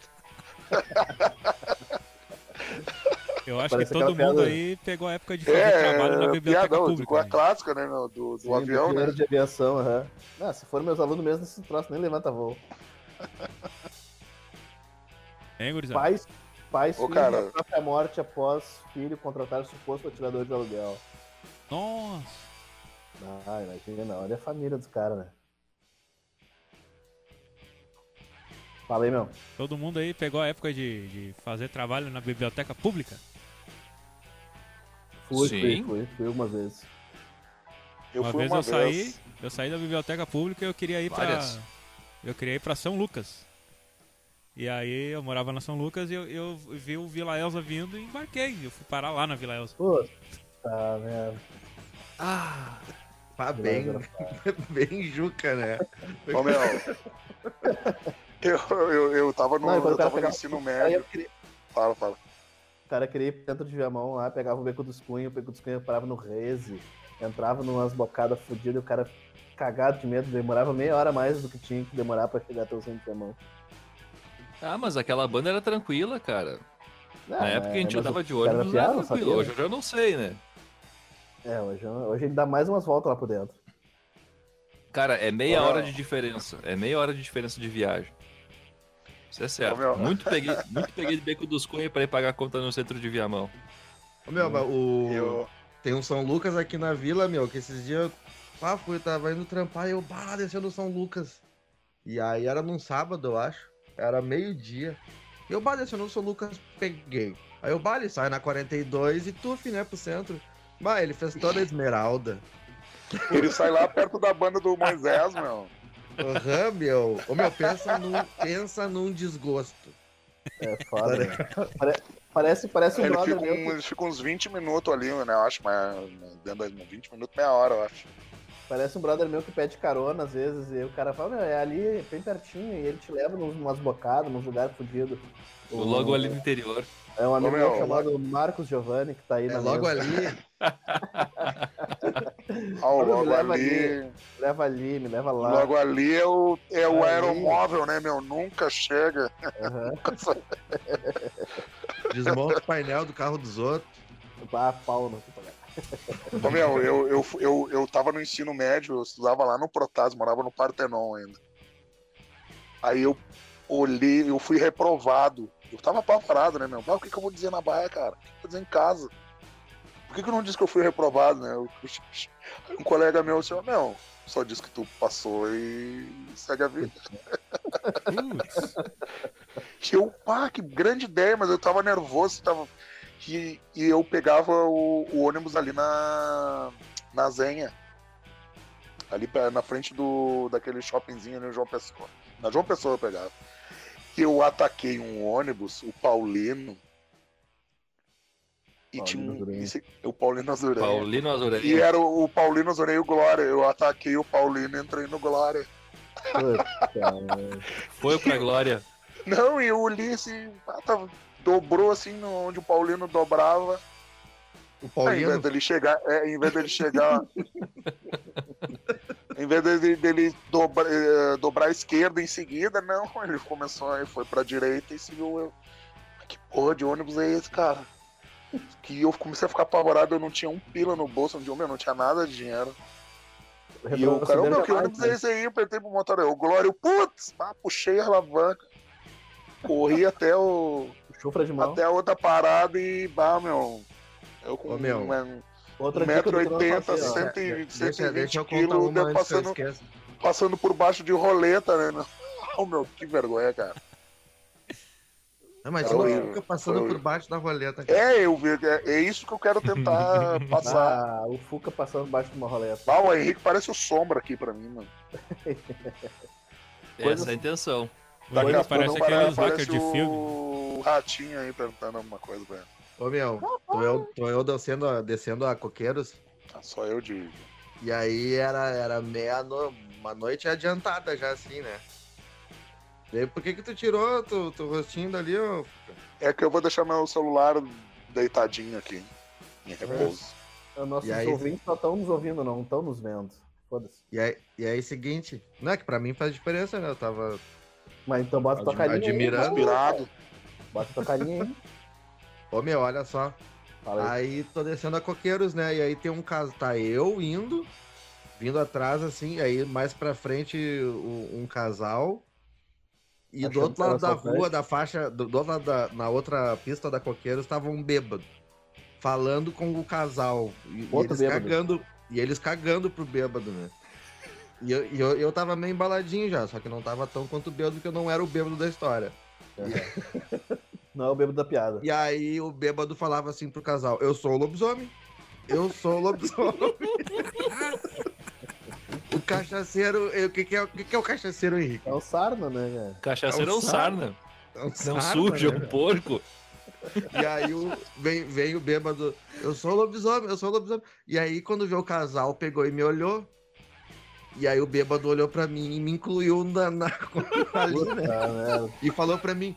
Eu acho
Parece
que todo
aquela
mundo
piada.
aí pegou a época de fazer trabalho na
É, é
biblioteca
piadão, com
pública.
a
né?
clássica, né, meu, do, do
Sim, do
avião, né?
primeiro de aviação, aham. Ah, se for meus alunos mesmo, esse troço nem levanta voo.
né? Hein, gurizada?
Pais, pais
Ô,
filhos
cara.
da própria morte após filho contratar suposto atirador de aluguel.
Nossa.
Ah, imagina, olha a família dos caras, né? Fala aí, meu.
Todo mundo aí pegou a época de, de fazer trabalho na biblioteca pública.
Fui, fui,
Sim.
fui, fui uma vez. é.
Eu
uma
fui
vez
uma
eu
vez.
saí, eu saí da biblioteca pública e eu queria ir para
Várias.
eu queria ir para São Lucas. E aí eu morava na São Lucas e eu, eu vi o Vila Elsa vindo e embarquei. Eu fui parar lá na Vila Elsa.
Pô, tá, né?
Ah,
Pá, bem, bem juca, né?
Ô, meu. Eu, eu, eu tava no,
Não, quando
eu
o
tava
cara
no
pegava-
ensino
Aí eu
médio.
queria-
Fala, fala.
o cara queria ir dentro de Viamão lá, pegava o beco dos cunhos, o beco dos cunhos parava no Reze, entrava numas bocadas fodidas e o cara cagado de medo, demorava meia hora mais do que tinha que demorar pra chegar até o centro de Viamão.
Ah, mas aquela banda era tranquila, cara.
Não,
Na época a gente
É, mas o
andava de
cara
ônibus,
da
era
piada,
tranquilo.
sabia?
Hoje eu já não sei, né?
É, hoje, hoje ele dá mais umas voltas lá por dentro.
Cara, é meia
Ô,
hora
meu.
de diferença. É meia hora de diferença de viagem. Isso é certo.
Ô, meu.
muito, peguei, muito peguei de beco dos cunhos pra ir pagar a conta no centro de Viamão.
Ô, meu, mas o...
Eu,
Tem um São Lucas aqui na vila, meu, que esses dias eu pá, fui, tava indo trampar e eu, bah, desceu no São Lucas. E aí era num sábado, eu acho. Era meio-dia. Eu, bah, desceu no São Lucas, peguei. Aí eu, bah, ele sai na 42 e tuf, né, pro centro. Bah, ele fez toda a esmeralda.
ele sai lá perto da banda do Moisés, meu.
Aham, meu. Ô, meu, pensa num, pensa num desgosto.
É foda, né? Pare- Parece, parece um
Ele
brother
fica,
meu.
um- ele fica uns 20 minutos ali, né? Eu acho, mas dentro das 20 minutos, meia hora, eu acho.
Parece um brother meu que pede carona às vezes, e o cara fala, meu, é ali, bem pertinho, e ele te leva num- numas bocadas, num lugar fudido.
Ou Logo ali no interior.
É um amigo
Ô, meu,
meu chamado Marcos Giovanni, que tá aí
É
na
logo
mesa.
ali.
Ah, o
Olha,
logo
leva
ali.
Leva ali, me leva lá.
Logo ali é o, é o
Ali.
aeromóvel, né, meu? Nunca chega.
Aham.
Desmonta o painel do carro dos outros.
Bah, pau no tá cu, cara.
Ô, meu, eu, eu, eu, eu tava no ensino médio, eu estudava lá no Protás, morava no Partenon ainda. Aí eu olhei, eu fui reprovado. Eu tava apavorado, né, meu? Mas o que, que eu vou dizer na Bahia, cara? O que que eu vou dizer em casa? Por que, que eu não disse que eu fui reprovado, né? Eu- Aí um colega meu disse, "Ó, meu, só disse que tu passou e segue a vida.
Putz,
Que eu, pá, que grande ideia, mas eu tava nervoso, tava. E, e eu pegava o, o ônibus ali na. na Zenha. Ali pra- na frente do, daquele shoppingzinho ali no João Pessoa. Na João Pessoa eu pegava. E eu ataquei um ônibus, o Paulino. E
Paulino
tinha um,
Azurenha.
esse- o Paulino Azurenha.
Paulino
E
Azurelinha.
era o, o Paulino Azurei e o Glória. Eu ataquei o Paulino e entrei no Glória.
Puta,
Foi pra Glória.
Não, e o Ulisses ah, tava- dobrou assim no- onde o Paulino dobrava.
O
Aí, em vez
Paulino.
dele chegar. É, em vez dele chegar. em vez dele, dele dobra- eh, dobrar a esquerda em seguida, não. Ele começou e foi pra direita e seguiu eu. Mas Que porra de ônibus é esse, cara? Que eu comecei a ficar apavorado, eu não tinha um pila no bolso, onde eu meu, não tinha nada de dinheiro. E o cara, "Ô, meu, que
né?"
ônibus é esse aí? Eu perguntei pro motorista, o Glório, putz, pá, puxei a alavanca. Corri até o,
Chufra de mão.
até a outra parada e bah, meu. Eu com
Ô, meu.
um-
Outra dica do que eu não
1,80m,
fazia, assim, ó.
cento-
120
Deixa, deixa eu
120
contar
quilos,
uma
deu
antes que eu
passando,
esqueça.
passando por baixo de roleta, né? meu? Oh, meu, que vergonha, cara.
Não, Ah, mas
Foi
não
horrível,
fica passando
foi
por
horrível.
baixo da roleta. cara.
É, eu vi, é, é isso que eu quero tentar passar.
Ah, o Fuca passando embaixo de uma roleta.
Bah, o Henrique parece o Sombra aqui pra mim, mano.
Essa é a intenção.
o ônibus parece aqueles hackers de filme.
o Ratinho aí perguntando alguma coisa pra ele.
Ô, meu, tô eu, tô eu descendo, a- descendo a Coqueiros.
Ah, Só eu digo.
E aí era, era meia no, uma noite adiantada já, assim, né? E aí, por que que tu tirou tu, tu rostinho dali, ô?
É que eu vou deixar meu celular deitadinho aqui, em repouso.
Nossos
E aí-
ouvintes só estão nos ouvindo, não estão nos vendo. Foda-se.
E aí, e aí, seguinte... Não, é que pra mim faz diferença, né? Eu tava...
Mas então bota tua
Admi-
carinha aí,
admirando.
Inspirado.
Bota tua carinha aí.
Ô, meu, olha só.
Fala aí.
Aí tô descendo a Coqueiros, né? E aí tem um caso, tá eu indo, vindo atrás, assim, aí mais pra frente o- um, casal. E
Achando
do outro
que era
lado da
assaltante.
rua, da faixa, do, do outro lado da, na outra pista da Coqueiros, tava um bêbado. Falando com o casal. E, e
Outro
eles
bêbado.
cagando. E eles cagando pro bêbado, né? E eu, e eu, eu tava meio embaladinho já, só que não tava tão quanto o bêbado, que eu não era o bêbado da história.
Não é o bêbado da piada.
E aí o bêbado falava assim pro casal: Eu sou o lobisomem. Eu sou o lobisomem. o cachaceiro. eh, O que, que, é, o que, que é o cachaceiro, Henrique?
É o sarna, né, cara?
Cachaceiro é um sarna.
É um
Não
sarna,
sujo, é
né?
um porco.
E aí o, vem, vem o bêbado, eu sou lobisomem, eu sou lobisomem. E aí quando viu o casal, pegou e me olhou. E aí o bêbado olhou pra mim e me incluiu na, na ali, né?
Ah,
E falou pra mim,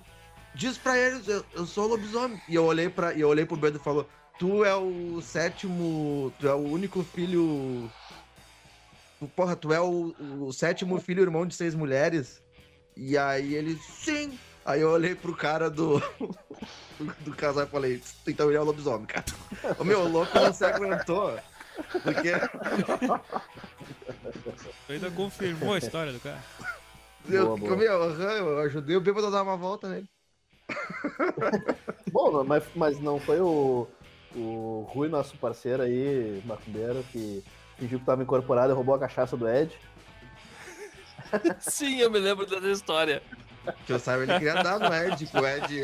diz pra eles, eu, eu sou lobisomem. E eu olhei para eu olhei pro bêbado e falou, tu é o sétimo, tu é o único filho... tu- Porra, tu é o, o sétimo filho irmão de seis mulheres? E aí ele, sim! Aí eu olhei pro cara do, do, do casal e falei, então ele é o lobisomem, cara. O meu louco não se aguentou. Porque
Tu ainda confirmou a história do cara.
eu,
Boa, boa.
meu, aham, eu ajudei o bêbado a dar uma volta né? nele.
Bom, mas, mas não foi o, o Rui, nosso parceiro aí, macumbeiro, que fingiu que tava incorporado e roubou a cachaça do Ed.
Sim, eu me lembro dessa história.
Que eu saiba, ele queria dar no Ed. que O Ed,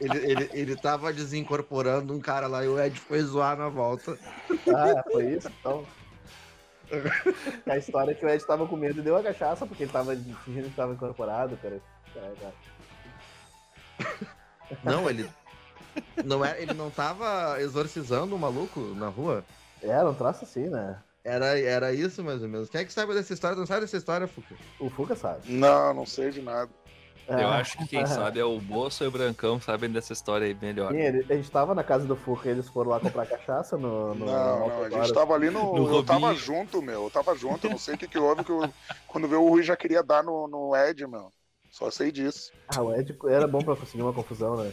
ele, ele, ele tava desincorporando um cara lá e o Ed foi zoar na volta.
Ah, foi isso? Então. A história é que o Ed tava com medo e deu a cachaça porque ele tava fingindo que tava incorporado, cara. Caralho, cara.
Não, ele... Não era, ele não tava exorcizando o maluco na rua?
Era um troço assim, né?
Era, era isso mais ou menos. Quem é que sabe dessa história? Não sabe dessa história, Fuca?
O Fuca sabe.
Não, não sei de nada.
Eu
Ah,
acho que quem sabe é o Bolso e o Brancão sabem dessa história aí melhor.
sim, ele- a gente tava na casa do Fuca, eles foram lá comprar cachaça no. no
Não, não, a gente
tá.
tava ali no.
No
eu tava
Robinho.
junto, meu. Eu tava junto, eu não sei o que, que houve. Que eu- quando veio o Rui já queria dar no, no Ed, meu. Só sei disso.
Ah, o Ed era bom pra conseguir uma confusão, né?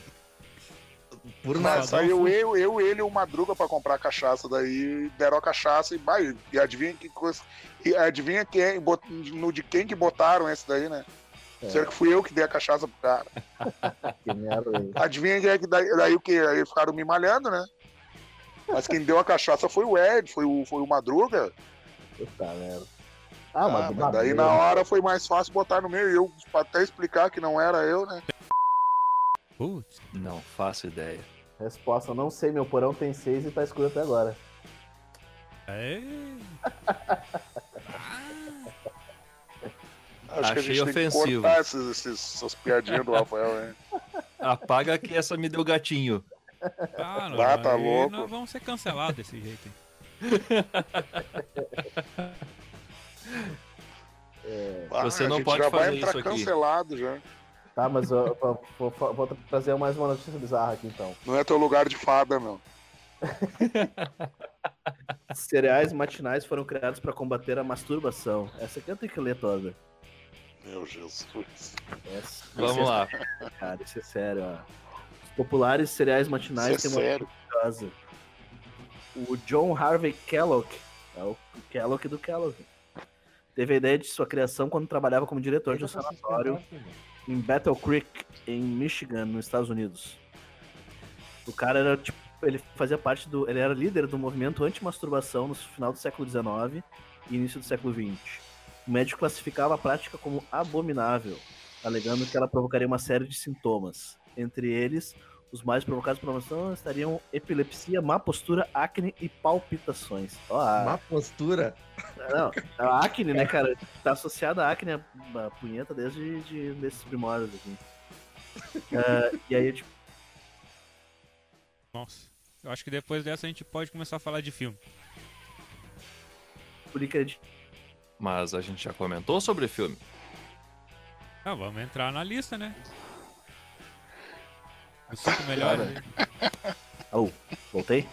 Por
Mas
nada.
saiu eu, eu, ele e o Madruga pra comprar cachaça. Daí deram a cachaça e, bah, e- e adivinha que coisa. E adivinha quem, bot- no de quem que botaram esse daí, né?
É.
Será que fui eu que dei a cachaça pro cara?
Que merda. né? hein?
Adivinha quem é que daí, daí o que? Aí ficaram me malhando, né? Mas quem deu a cachaça foi o Ed, foi o, foi o Madruga.
Puta merda. Ah,
Ah,
mas,
mas daí na hora foi mais fácil botar no meio. E eu, pra até explicar que não era eu, né?
Putz.
Não faço ideia.
Resposta, não sei, meu porão tem seis e tá escuro até agora.
É.
Acho que a
Achei
gente tem que
ofensivo.
cortar esses, esses- essas piadinhas do Rafael, hein?
Apaga que essa me deu gatinho.
Ah, não,
Bah, tá
aí
louco.
Nós vamos ser cancelados desse jeito. hein?
Ah,
Você não
a gente
pode
já vai
fazer
entrar
isso aqui.
cancelado já.
Tá, mas eu, eu- vou, vou- vou trazer mais uma notícia bizarra aqui então.
Não é teu lugar de fada, meu.
Cereais matinais foram criados para combater a masturbação. Essa aqui eu tenho que ler toda.
Meu Jesus.
Essa,
Vamos lá.
Cara, isso é sério, ó. Os populares cereais matinais
Isso é
têm uma
sério.
curiosa. O John Harvey Kellogg, é o Kellogg do Kellogg, teve a ideia de sua criação quando trabalhava como diretor de um sanatório em Battle Creek, em Michigan, nos Estados Unidos. O cara era tipo, ele fazia parte do, ele era líder do movimento anti-masturbação no final do século XIX e início do século XX. O médico classificava a prática como abominável, alegando que ela provocaria uma série de sintomas, entre eles os mais provocados pela masturbação estariam epilepsia, má postura, acne e palpitações. Ah, Ó, a-
Uma postura.
não, a acne, né, cara? Tá associada à acne, a, a punheta, desde de, desses primórdios aqui. Ah, e aí, tipo,
Nossa. Eu acho que depois dessa a gente pode começar a falar de filme.
por incrível
Mas a gente já comentou sobre o filme.
Ah, vamos entrar na lista, né? Os cinco melhores.
Cara. Voltei?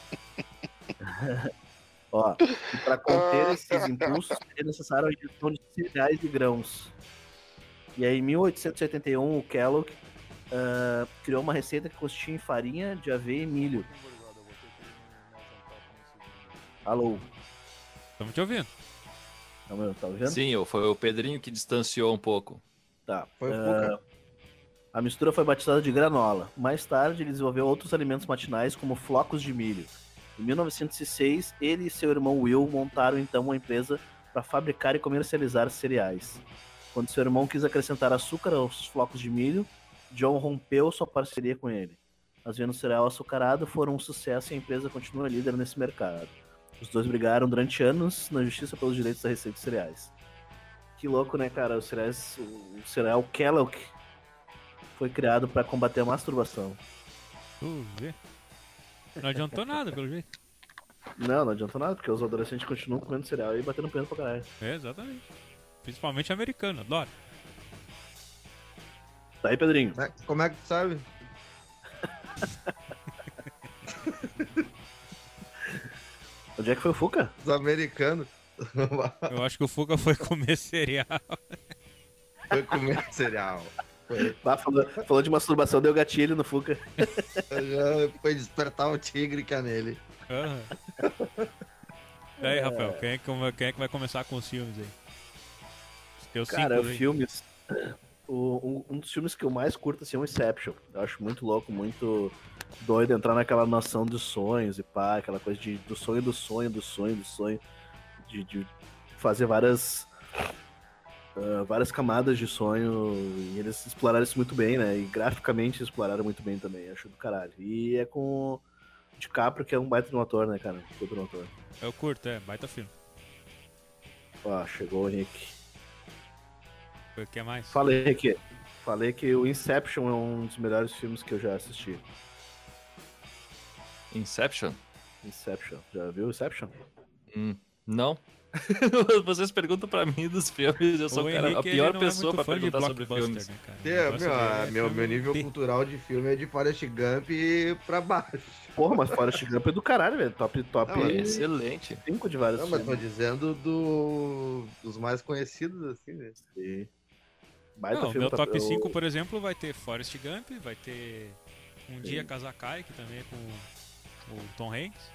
Ó, e pra conter esses impulsos, é necessário a ingestão de cereais e grãos. E aí, em 1881, o Kellogg ah, criou uma receita que consistia em farinha de aveia e milho. Alô,
Estamos te ouvindo.
tá, me- tá ouvindo?
Sim, eu- foi o Pedrinho que distanciou um pouco.
Tá.
É.
Foi o
Ah,
Fuca.
A mistura foi batizada de granola. Mais tarde, ele desenvolveu outros alimentos matinais, como flocos de milho. Em 1906, ele e seu irmão Will montaram então uma empresa para fabricar e comercializar cereais. Quando seu irmão quis acrescentar açúcar aos flocos de milho, John rompeu sua parceria com ele. As vendas do cereal açucarado foram um sucesso e a empresa continua líder nesse mercado. Os dois brigaram durante anos na justiça pelos direitos da receita de cereais. Que louco, né, cara? O, cereais, o o cereal Kellogg foi criado para combater a masturbação.
Chover. Não adiantou nada, pelo jeito.
Não, não adianta nada, porque os adolescentes continuam comendo cereal e batendo pena pra caralho.
É, exatamente. Principalmente americano, adoro.
Tá aí, Pedrinho.
Como é- Como é que tu sabe?
Onde é que foi o Fuca?
Os americanos
Eu acho que o Fuca foi comer cereal.
foi comer cereal.
Bah, Tá, falou, falou de masturbação, deu gatilho no Fuca.
Já Foi despertar o tigre cá nele.
Aham. E aí, Rafael, quem é, que, come- quem é que vai começar com os filmes aí? Teu
Cara,
cinco, né? aí.
filmes. O- um, um dos filmes que eu mais curto assim, é o Inception. Eu acho muito louco, muito doido entrar naquela noção dos sonhos e pá, aquela coisa de, do sonho, do sonho, do sonho, do sonho. De, de fazer várias. ah, várias camadas de sonho. E eles exploraram isso muito bem, né? E graficamente exploraram muito bem também. Acho do caralho. E é com o DiCaprio, que é um baita de um ator, né, cara? Puta de um ator.
Eu curto, é, baita filme.
Ó, chegou o Rick.
O que mais?
Falei que falei que o Inception é um dos melhores filmes que eu já assisti.
Inception?
Inception, já viu Inception?
Não. Vocês perguntam pra mim dos filmes, eu sou o cara, a
Henrique, ele
pior
não é
pessoa
muito
pra
fã de
perguntar sobre
blockbuster,
filmes.
né, cara? O
É,
negócio dele
meu,
é
meu, meu
filme
nível
P.
cultural de filme é de Forrest Gump pra baixo.
Porra, mas Forrest Gump é do caralho, velho. Top top
Não, é
Excelente.
5 de vários
Não, mas tô
né?
filmes.
dizendo do... dos mais conhecidos, assim, né?
E- Baita
Não,
filme,
meu top
eu-
5, por exemplo, vai ter Forrest Gump, vai ter Um Dia Kazakai, que também é com o Tom Hanks.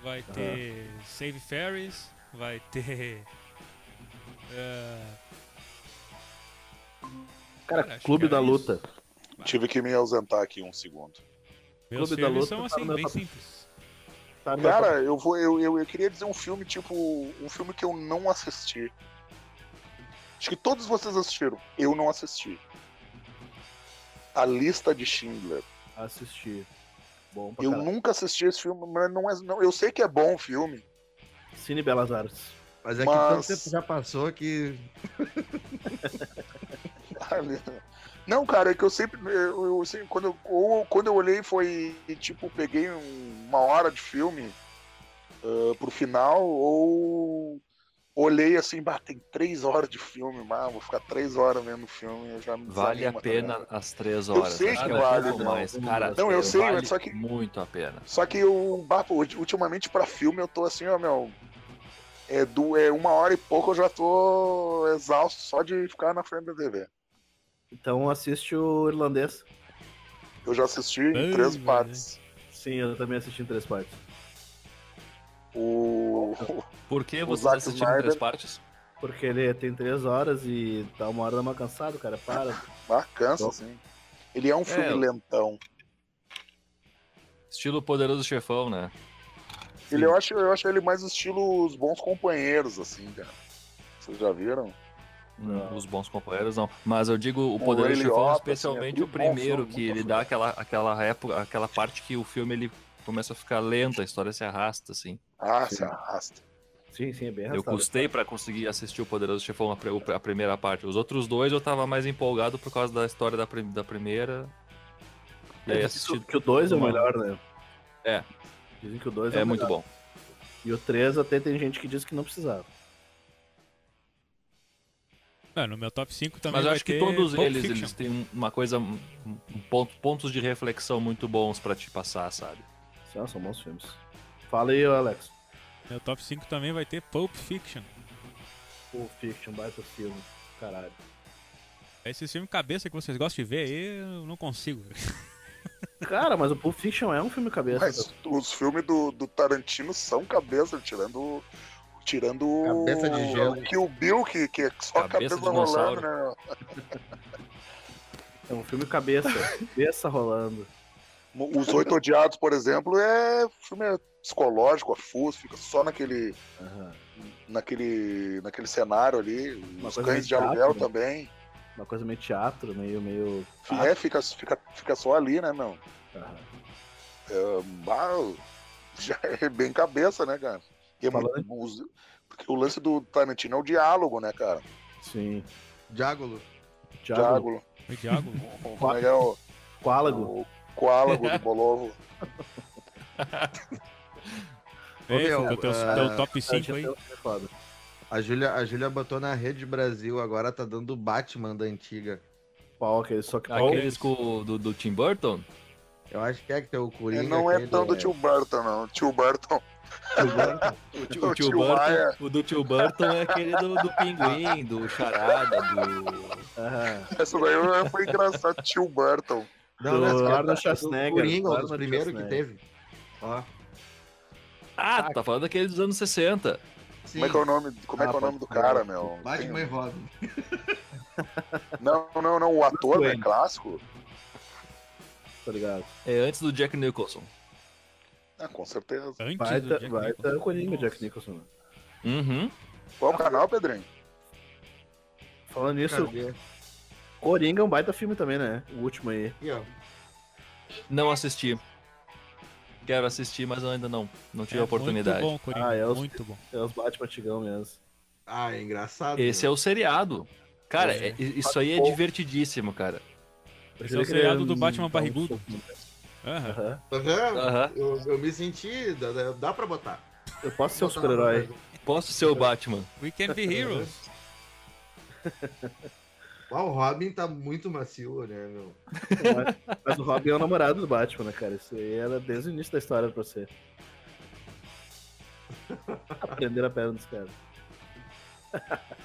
Vai ter Save Ferries, vai ter. eh,
Cara,
Acho
Clube
que é
da
era
Luta.
Tive que me ausentar aqui um segundo.
meus
Clube da
filmes
Luta
são
tá
assim,
no meu
bem
top.
simples.
Tá no meu top-
Cara, eu vou. Eu, eu, eu queria dizer um filme, tipo. Um filme que eu não assisti. Acho que todos vocês assistiram. Eu não assisti. A Lista de Schindler.
assisti. Bom pra
Eu
caralho.
nunca assisti esse filme, mas não é. Não, eu sei que é bom o filme.
Cine Belas Artes.
Mas é que
Mas-
tanto tempo já passou que.
Não, cara, é que eu sempre. Eu, eu sempre- quando, eu, ou- quando eu olhei foi. Tipo, peguei um- uma hora de filme ah, pro final, ou olhei assim, bah, tem três horas de filme, mas vou ficar três horas vendo o filme, eu já me
Vale a
desanimo, tá
pena
ligado?
as três
Eu
horas.
sei
cara,
que vale,
muito
não.
mais, cara. é,
Não, eu sei, mas
vale
só que-
Muito a pena.
Só que eu, bah, pô, ulti- ultimamente pra filme eu tô assim, ó, meu. É, du- é uma hora e pouco eu já tô exausto só de ficar na frente da TV.
Então assiste o irlandês.
Eu já assisti
Ai,
em três
velho.
partes.
Sim, eu também assisti em três partes.
O.
Por que
O
vocês
Zack
assistiram
Snyder-
três partes?
Porque ele tem três horas e dá uma hora dá uma cansado, cara. Para.
Ah,
Então-
cansa, assim. Ele é um filme
eu-
lentão.
Estilo Poderoso Chefão, né?
Ele, eu, acho, eu acho ele mais estilo os bons companheiros, assim, cara. Vocês já viram?
Não, Hum, Os bons companheiros não. Mas eu digo o
O
Poder do
Ray
Chefão,
Liotta,
especialmente
assim, é
o
muito
primeiro,
bom filme,
que
muito
ele
bom
dá aquela, aquela época, aquela parte que o filme ele começa a ficar lento, a história se arrasta, assim.
Ah, se arrasta.
Sim, sim, é bem
Eu
arrastado.
custei pra conseguir assistir o Poderoso Chefão, a, pri- a primeira parte. Os outros dois eu tava mais empolgado por causa da história da, prim- da primeira. E aí
É,
assisti.
dizem que o 2 é o
uma-
melhor, né?
É.
Dizem que o 2 é,
É
o
muito
melhor.
bom.
E o 3 até tem gente que diz que não precisava.
Não, no meu top 5 também
Mas eu
vai
acho que
ter
todos
Pulp
eles,
Fiction.
eles têm um- uma coisa, um, um ponto- pontos de reflexão muito bons pra te passar, sabe?
Assim, São, são bons filmes. Fala aí, Alex.
Meu top 5 também vai ter Pulp Fiction.
Pulp Fiction, baita filme. Caralho.
Esse filme cabeça que vocês gostam de ver aí, eu não consigo.
Cara, mas o Pulp Fiction é um filme cabeça.
Mas os filmes do, do Tarantino são cabeça, tirando. Tirando. o-
Cabeça de gelo.
o Kill Bill, que, que é só
Cabeça
cabeça,
de
rolando,
dinossauro.
né?
É um filme cabeça. cabeça rolando.
Os Oito Odiados, por exemplo, é filme psicológico, afuso, fica só naquele,
Aham.
naquele, naquele cenário ali.
Uma
os
coisa
Cães de
meio teatro,
Aluguel
né?
também.
Uma coisa meio teatro, meio. meio...
É, fica, fica, fica só ali, né, meu? É,
Aham.
Bah, já é bem cabeça, né, cara? E é
Falando-
muito bus- porque o lance do Tarantino é o diálogo, né, cara?
Sim.
Diágulo.
Diálogo.
Diálogo.
O Diago,
Como é que é o,
Quálago.
o Coálago do Bolovo.
Ô,
É,
meu,
Fuca, o teu,
ah,
teu top 5 aí.
A Júlia, a Júlia botou na Rede Brasil, agora tá dando Batman da antiga.
Pau, aquele só que
Aqueles com, do, do Tim Burton?
Eu acho que é que tem o Coringa.
Ele não é
aquele,
tão do
né?
tio Burton, não. Tio Burton.
O tio,
O
o tio
tio
Burton,
Maia.
o do tio Burton é aquele do, do pinguim, do charada, do.
Aham.
Essa daí eu- foi engraçado. Tio Burton.
Não, não,
Do
esse cara
Arnold
tá-
Schwarzenegger,
do Coringa, um dos
Arnold
primeiros que teve. Ó.
Ah, tá falando daquele dos anos 60.
Sim.
Como é que é o nome, como é que é o nome do cara, meu?
Batman é e Robin.
Não, não, não. O ator né, clássico?
Tá ligado?
É antes do Jack Nicholson.
Ah, com certeza.
Antes
Vai
do
tá,
Jack
vai
Nicholson.
tá Coringa,
Nossa.
Jack Nicholson. né?
Uhum.
Qual é o canal, Pedrinho?
Falando nisso,
Cadê?
Coringa é um baita filme também, né? O último aí.
Aqui, ó.
Não assisti. Quero assistir, mas eu ainda não. Não tive a oportunidade.
É Muito bom, Coringa.
Ah, eu-
Muito bom.
É os Batman antigão mesmo.
Ah, é engraçado.
Esse é o seriado. Cara, é- isso aí é
Pô.
divertidíssimo, cara.
Esse é o seriado do Batman barrigudo. Aham.
Aham.
Aham.
Aham.
Tá Eu, eu me senti. Dá, dá- dá pra botar.
Eu posso ser um
Botar
super-herói.
na-
Posso ser o Batman.
We can be heroes.
Ah, o Robin tá muito macio, né, meu?
Mas- Mas o Robin é o namorado do Batman, né, cara? Isso aí era desde o início da história pra você. Aprender a perna dos caras.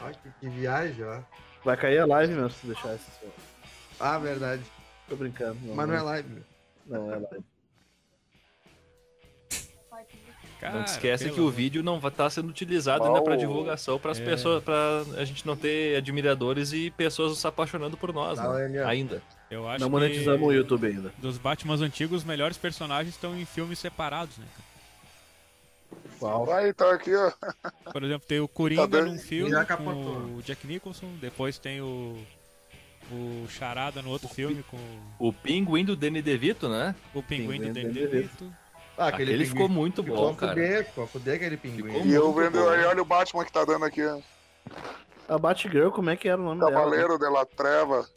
Ó, que, que viagem, ó.
Vai cair a live mesmo se deixar esse só.
Ah, verdade.
Tô brincando. Não,
Uhum.
Mas não é live, meu.
Não é live.
Cara,
não te esquece
pelo
que o
amor.
vídeo não vai estar sendo utilizado ainda
Mal.
para divulgação, para as
É.
pessoas, para a gente não ter admiradores e pessoas se apaixonando por nós,
Tá,
né?
Daniel.
Ainda.
Eu acho
Não monetizamos o
que
YouTube ainda.
dos Batmans antigos, os melhores personagens estão em filmes separados, né? cara?
Qual?
Vai, tá aqui, ó.
Por exemplo, tem o Coringa
dando-
num filme
Tá Já
com
capotou.
o Jack Nicholson, depois tem o o Charada no outro filme com
O pinguim do Danny DeVito, né?
o Pinguim do
Pinguim
Danny
do
DeVito.
Ah,
Aquele, ficou muito bom,
ficou a
cara.
fuder, ficou a fuder aquele pinguim.
Ficou
E eu
Muito
vendo,
bom.
aí olha o Batman que tá dando aqui, ó.
A Batgirl, como é que era o nome dela?
Cavaleiro de la Treva.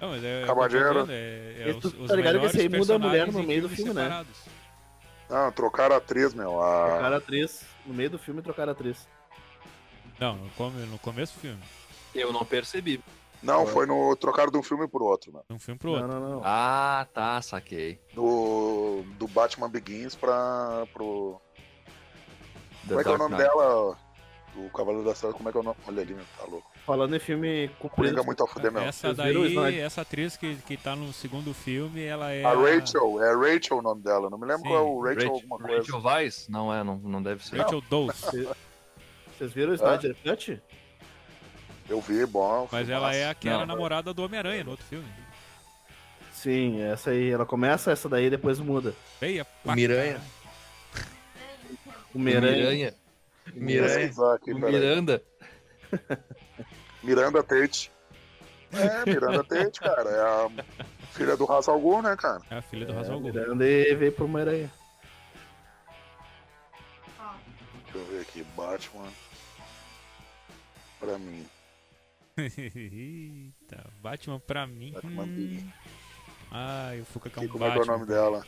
Não, mas é,
Cavadeiro.
eu tô dizendo, É, é
Esse
os,
tu-
os
tá ligado que esse aí
melhores
muda a mulher
personagens
no
em
meio do
filmes
filme, né?
separados.
Não, trocaram a atriz, meu. A...
Trocaram a atriz. No meio do filme trocaram a atriz.
Não, no, come- no começo do filme.
Eu não percebi.
Não, foi no. Trocaram de um filme pro outro, meu.
De um filme pro
Não,
outro.
não, não.
Ah, tá, saquei.
Do, do Batman Begins pra. pro.
The
Como é que é o
Dark
nome
Knight.
dela? Do Cavaleiro da Trevas, como é que é o nome? Olha ali, meu, tá louco.
Falando em filme
Coringa
cumprido.
é muito a fuder, meu.
essa
Vocês viram o
daí,
slide?
essa atriz que, que tá no segundo filme, ela é.
A Rachel, é Rachel o nome dela. Não me lembro
Sim,
qual é o Rachel,
Rachel,
alguma coisa.
Rachel Weisz? Não é, não, não deve ser.
Rachel Dawes.
Vocês viram o Snyder Cut?
Eu vi, bom.
Mas ela é a que era
Não.
namorada do Homem-Aranha no outro filme.
Sim, essa aí. Ela começa essa daí e depois muda.
Feia. pra
Miranha.
caralho.
O Miranha.
Miranda.
Miranha.
aqui,
O
peraí.
Miranda.
Miranda Tate. É, Miranda Tate, cara. É a filha do Ra's al Ghul, né, cara?
É a filha do
É,
Razal
o
Gol.
Miranda e veio pro Miranha.
Deixa eu ver aqui. Batman. Pra mim.
Eita, Batman pra mim.
Batman
hum.
Big.
Ai, o Fuca que é
Que-
um
como é que é o
Batman.
nome dela?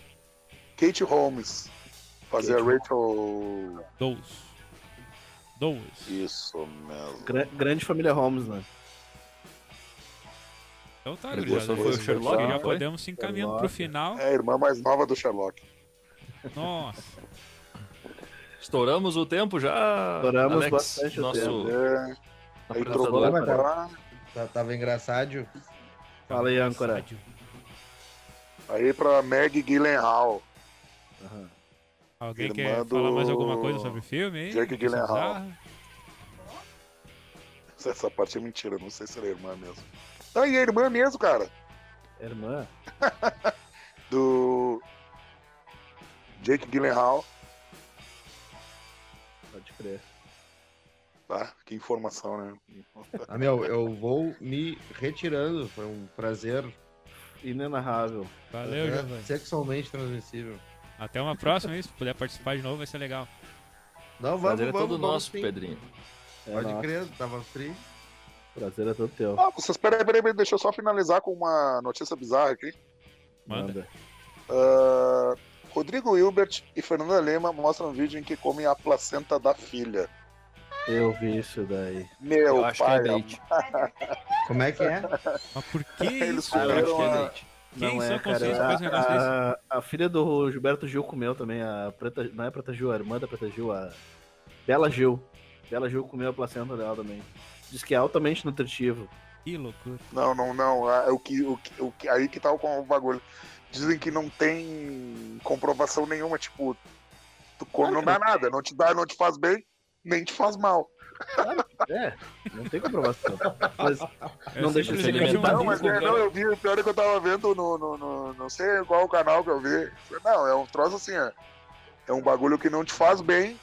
Kate Holmes. Fazer a
Kate
Rachel.
Dois. Dois.
Isso mesmo.
Gra- grande família Holmes, né?
Então tá,
Ele
gurizada,
gostou, foi
o Sherlock,
Já
não foi?
podemos se encaminhando pro
Sherlock.
final.
É a irmã mais nova do Sherlock.
Nossa.
Estouramos o tempo já.
Estouramos
Alex,
bastante o
nosso
tempo.
É,
tá
aí trocou
apresentador.
mas
pra lá.
Tá- Tava engraçado.
Fala aí, âncora.
Sádio.
Aí pra Meg Gyllenhaal.
Aham.
Alguém
Irmã
quer
do-
falar mais alguma coisa sobre o filme? hein? é
Jake
Notícia
Gyllenhaal.
bizarra?
Essa parte é mentira, não sei se ela é irmã mesmo. Ah, e a irmã mesmo, cara.
Irmã.
Do. Jake Gyllenhaal.
Pode crer.
Tá, que informação, né?
Ah, meu, eu vou me retirando. Foi um prazer
Inenarrável.
Uhum.
Valeu,
né,
Giovanni.
sexualmente transmissível.
Até uma próxima, hein? se puder participar de novo, vai ser legal.
Não, vamos,
Prazer é
vamos,
todo
vamos
nosso,
sim.
Pedrinho.
É
Pode
nosso.
crer, tava free.
Prazer é todo teu.
Ah, vocês, peraí, peraí, peraí, deixa eu só finalizar com uma notícia bizarra aqui.
Manda.
Ah, Rodrigo Hilbert e Fernanda Lema mostram um vídeo em que comem a placenta da filha.
Eu vi isso daí.
Meu
Eu acho que é
pai.
date.
Como é que é?
Mas por que
Eles
isso,
Eu
cara?
comeram
acho que é
a-
date.
Quem
não
são
é,
conscientes com
cara.
esse negócio desse?
A, a- a filha do Gilberto Gil comeu também. A Preta, não é a Preta Gil, a irmã da Preta Gil, a Bela Gil. Bela Gil comeu a placenta dela também. Diz que é altamente nutritivo.
Que loucura.
Não, não, não. Ah, é o que, o, que- o que- aí que tá o bagulho. Dizem que não tem comprovação nenhuma, tipo, tu come, não dá nada, não te dá, não te faz bem, nem te faz mal.
É, não tem comprovação. Mas
É
Não deixa de ser
simplesmente um
alimentar,
Não, mas
risco,
é,
cara.
não, eu vi, o pior é que eu tava vendo no, no, no- não sei qual canal que eu vi. Não, é um troço assim, é, é um bagulho que não te faz bem,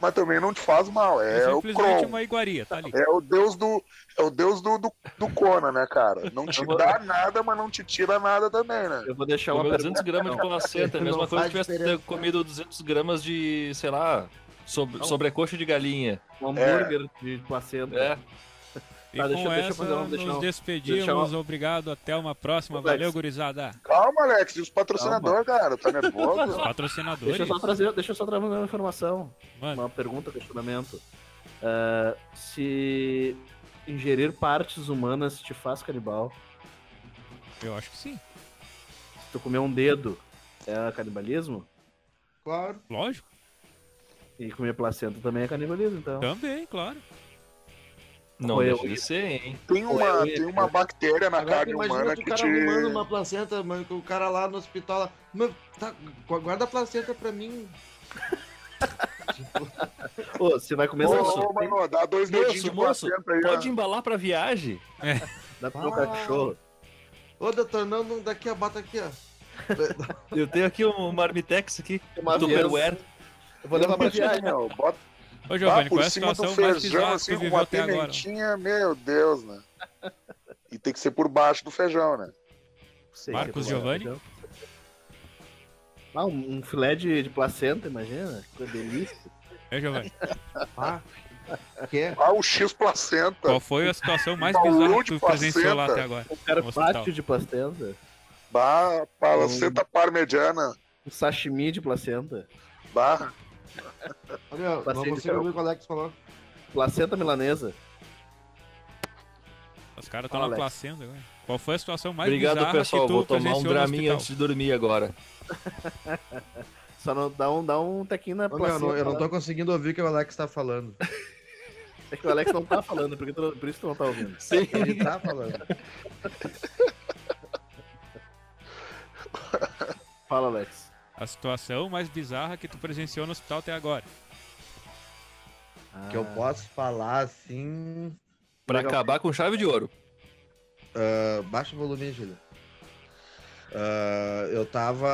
mas também não te faz mal.
É
É o
simplesmente
Kron.
uma iguaria, tá ali.
É o deus do. É o deus do, do, do Conan, né, cara? Não te dá nada, mas não te tira nada também, né?
eu vou deixar uma
Comeu
pergunta.
200 gramas de placenta, é a
Não
mesma coisa que
faz
tivesse
diferença.
comido 200 gramas de, sei lá, sobre, sobrecoxa de galinha.
Um
É.
hambúrguer de placenta.
É.
E
Tá,
com
deixa eu- deixa eu
essa,
fazer uma- deixa
nos
eu-
despedimos.
deixa eu-
Obrigado, até uma próxima.
Alex.
Valeu, gurizada.
Calma, Alex, e os patrocinadores, cara? Tá nervoso?
Patrocinadores.
um. Deixa eu um. só trazer, deixa eu só trazer uma informação.
Mano,
uma pergunta, questionamento. Ah, se ingerir partes humanas te faz canibal,
eu acho que sim.
se tu comer um dedo é canibalismo,
Claro.
Lógico.
e comer placenta também é canibalismo, então.
Também, claro.
Não
Foi
deixa
eu.
de ser, hein?
Tem uma,
Oi, oi,
tem uma bactéria na
Agora
carne
tu imagina
humana
que o
que
cara
te.
arrumando uma placenta, mano, que o cara lá no hospital lá. Mano, tá, gu- guarda a placenta pra mim.
Ô, você vai comer
Ô,
isso?
ô, mano, dá dois
Moço,
dedinhos de
moço,
placenta aí,
Pode
ó.
embalar pra viagem?
Dá pro meu cachorro.
Ô, doutor, não, não, daqui a bota aqui, ó.
Eu tenho aqui um marmitex aqui,
Uma
Tupperware.
Eu vou levar pra
Imagina,
viagem.
meu, bota
Ô,
lá
Giovanni, qual
por
é a
cima do
situação mais
feijão,
bizarra que tu
assim, com
viveu
uma
até agora?
pimentinha, meu Deus, né? E tem que ser por baixo do feijão, né?
Sei
Marcos
que é bom,
Giovanni?
entendeu? Ah, um, um filé de, de placenta, imagina? Que coisa delícia.
É, Giovanni?
Ah, que?
Ah, o X placenta.
Qual foi a situação mais
Bauru
bizarra que
de
tu presenciou lá
placenta.
até agora?
Um cara
No hospital.
pátio de placenta.
Bah, placenta parmegiana.
Um sashimi de placenta.
Bah,
Ô, meu, não
Placenta,
consigo ouvir o que o Alex falou.
Placenta milanesa.
Os caras estão
Fala,
lá
Alex.
placendo agora. Qual foi a situação mais
Obrigado,
bizarra
pessoal.
que tu
Vou tomar um
presenciou no
draminha
hospital?
antes de dormir agora.
Só não dá um, dá um tequinho na
Ô, meu, eu,
placenta.
não, eu não
lá.
tô conseguindo ouvir o que o Alex tá falando.
É que o Alex não tá falando, porque tu não- por isso tu não tá ouvindo.
Sim.
Ele tá falando.
Fala, Alex.
A situação mais bizarra que tu presenciou no hospital até agora.
Que eu
Ah.
posso falar assim.
Pra
Legal.
acabar com chave de ouro.
ah, baixa o volume, aí, Gilda. Ah, eu tava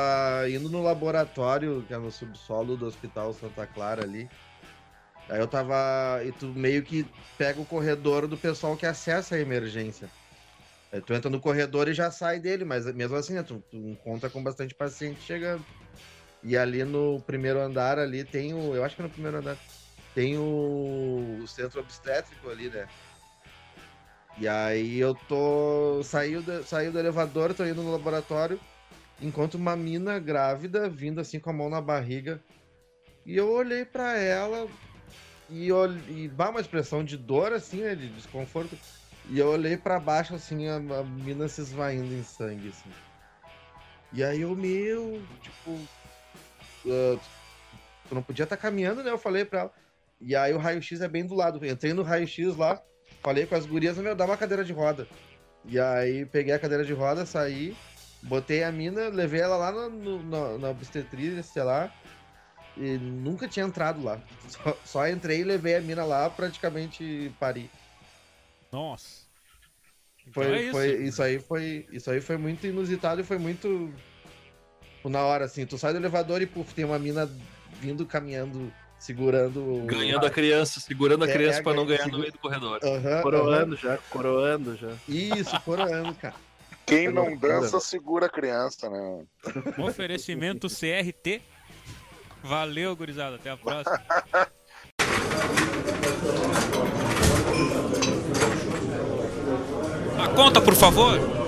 indo no laboratório, que é no subsolo do Hospital Santa Clara ali. Aí eu tava. E tu meio que pega o corredor do pessoal que acessa a emergência. Aí tu entra no corredor e já sai dele, mas mesmo assim, né, tu, tu encontra com bastante paciente chegando. E ali no primeiro andar ali tem o. Eu acho que é no primeiro andar. Tem o, o centro obstétrico ali, né? E aí eu tô. Saiu do, saiu do elevador, tô indo no laboratório. Encontro uma mina grávida vindo assim com a mão na barriga. E eu olhei pra ela e, ol... e bah, uma expressão de dor, assim, né? De desconforto. E eu olhei pra baixo, assim, a, a mina se esvaindo em sangue, assim. E aí eu, meu, tipo. ah, tu não podia estar caminhando, né? Eu falei pra ela. E aí o raio-x é bem do lado. Entrei no raio-x lá, Falei com as gurias, meu, dá uma cadeira de roda. E aí peguei a cadeira de roda, saí, botei a mina, levei ela lá no, no- na- na obstetrícia, sei lá. E nunca tinha entrado lá. Só, só entrei e levei a mina lá, praticamente pari.
Nossa. Então
Foi,
é isso.
foi, isso aí foi, isso aí foi muito inusitado e foi muito tipo, na hora assim, tu sai do elevador e puf, tem uma mina vindo caminhando, segurando o-
Ganhando a criança, segurando a
É,
criança
é,
pra não
ganha-
ganhar no
segura-
meio do corredor.
Aham, aham.
Coroando já, coroando já.
Isso, coroando, cara.
quem não dança, segura a criança, né?
Oferecimento CRT. Valeu, gurizada. Até a próxima. A conta, por favor.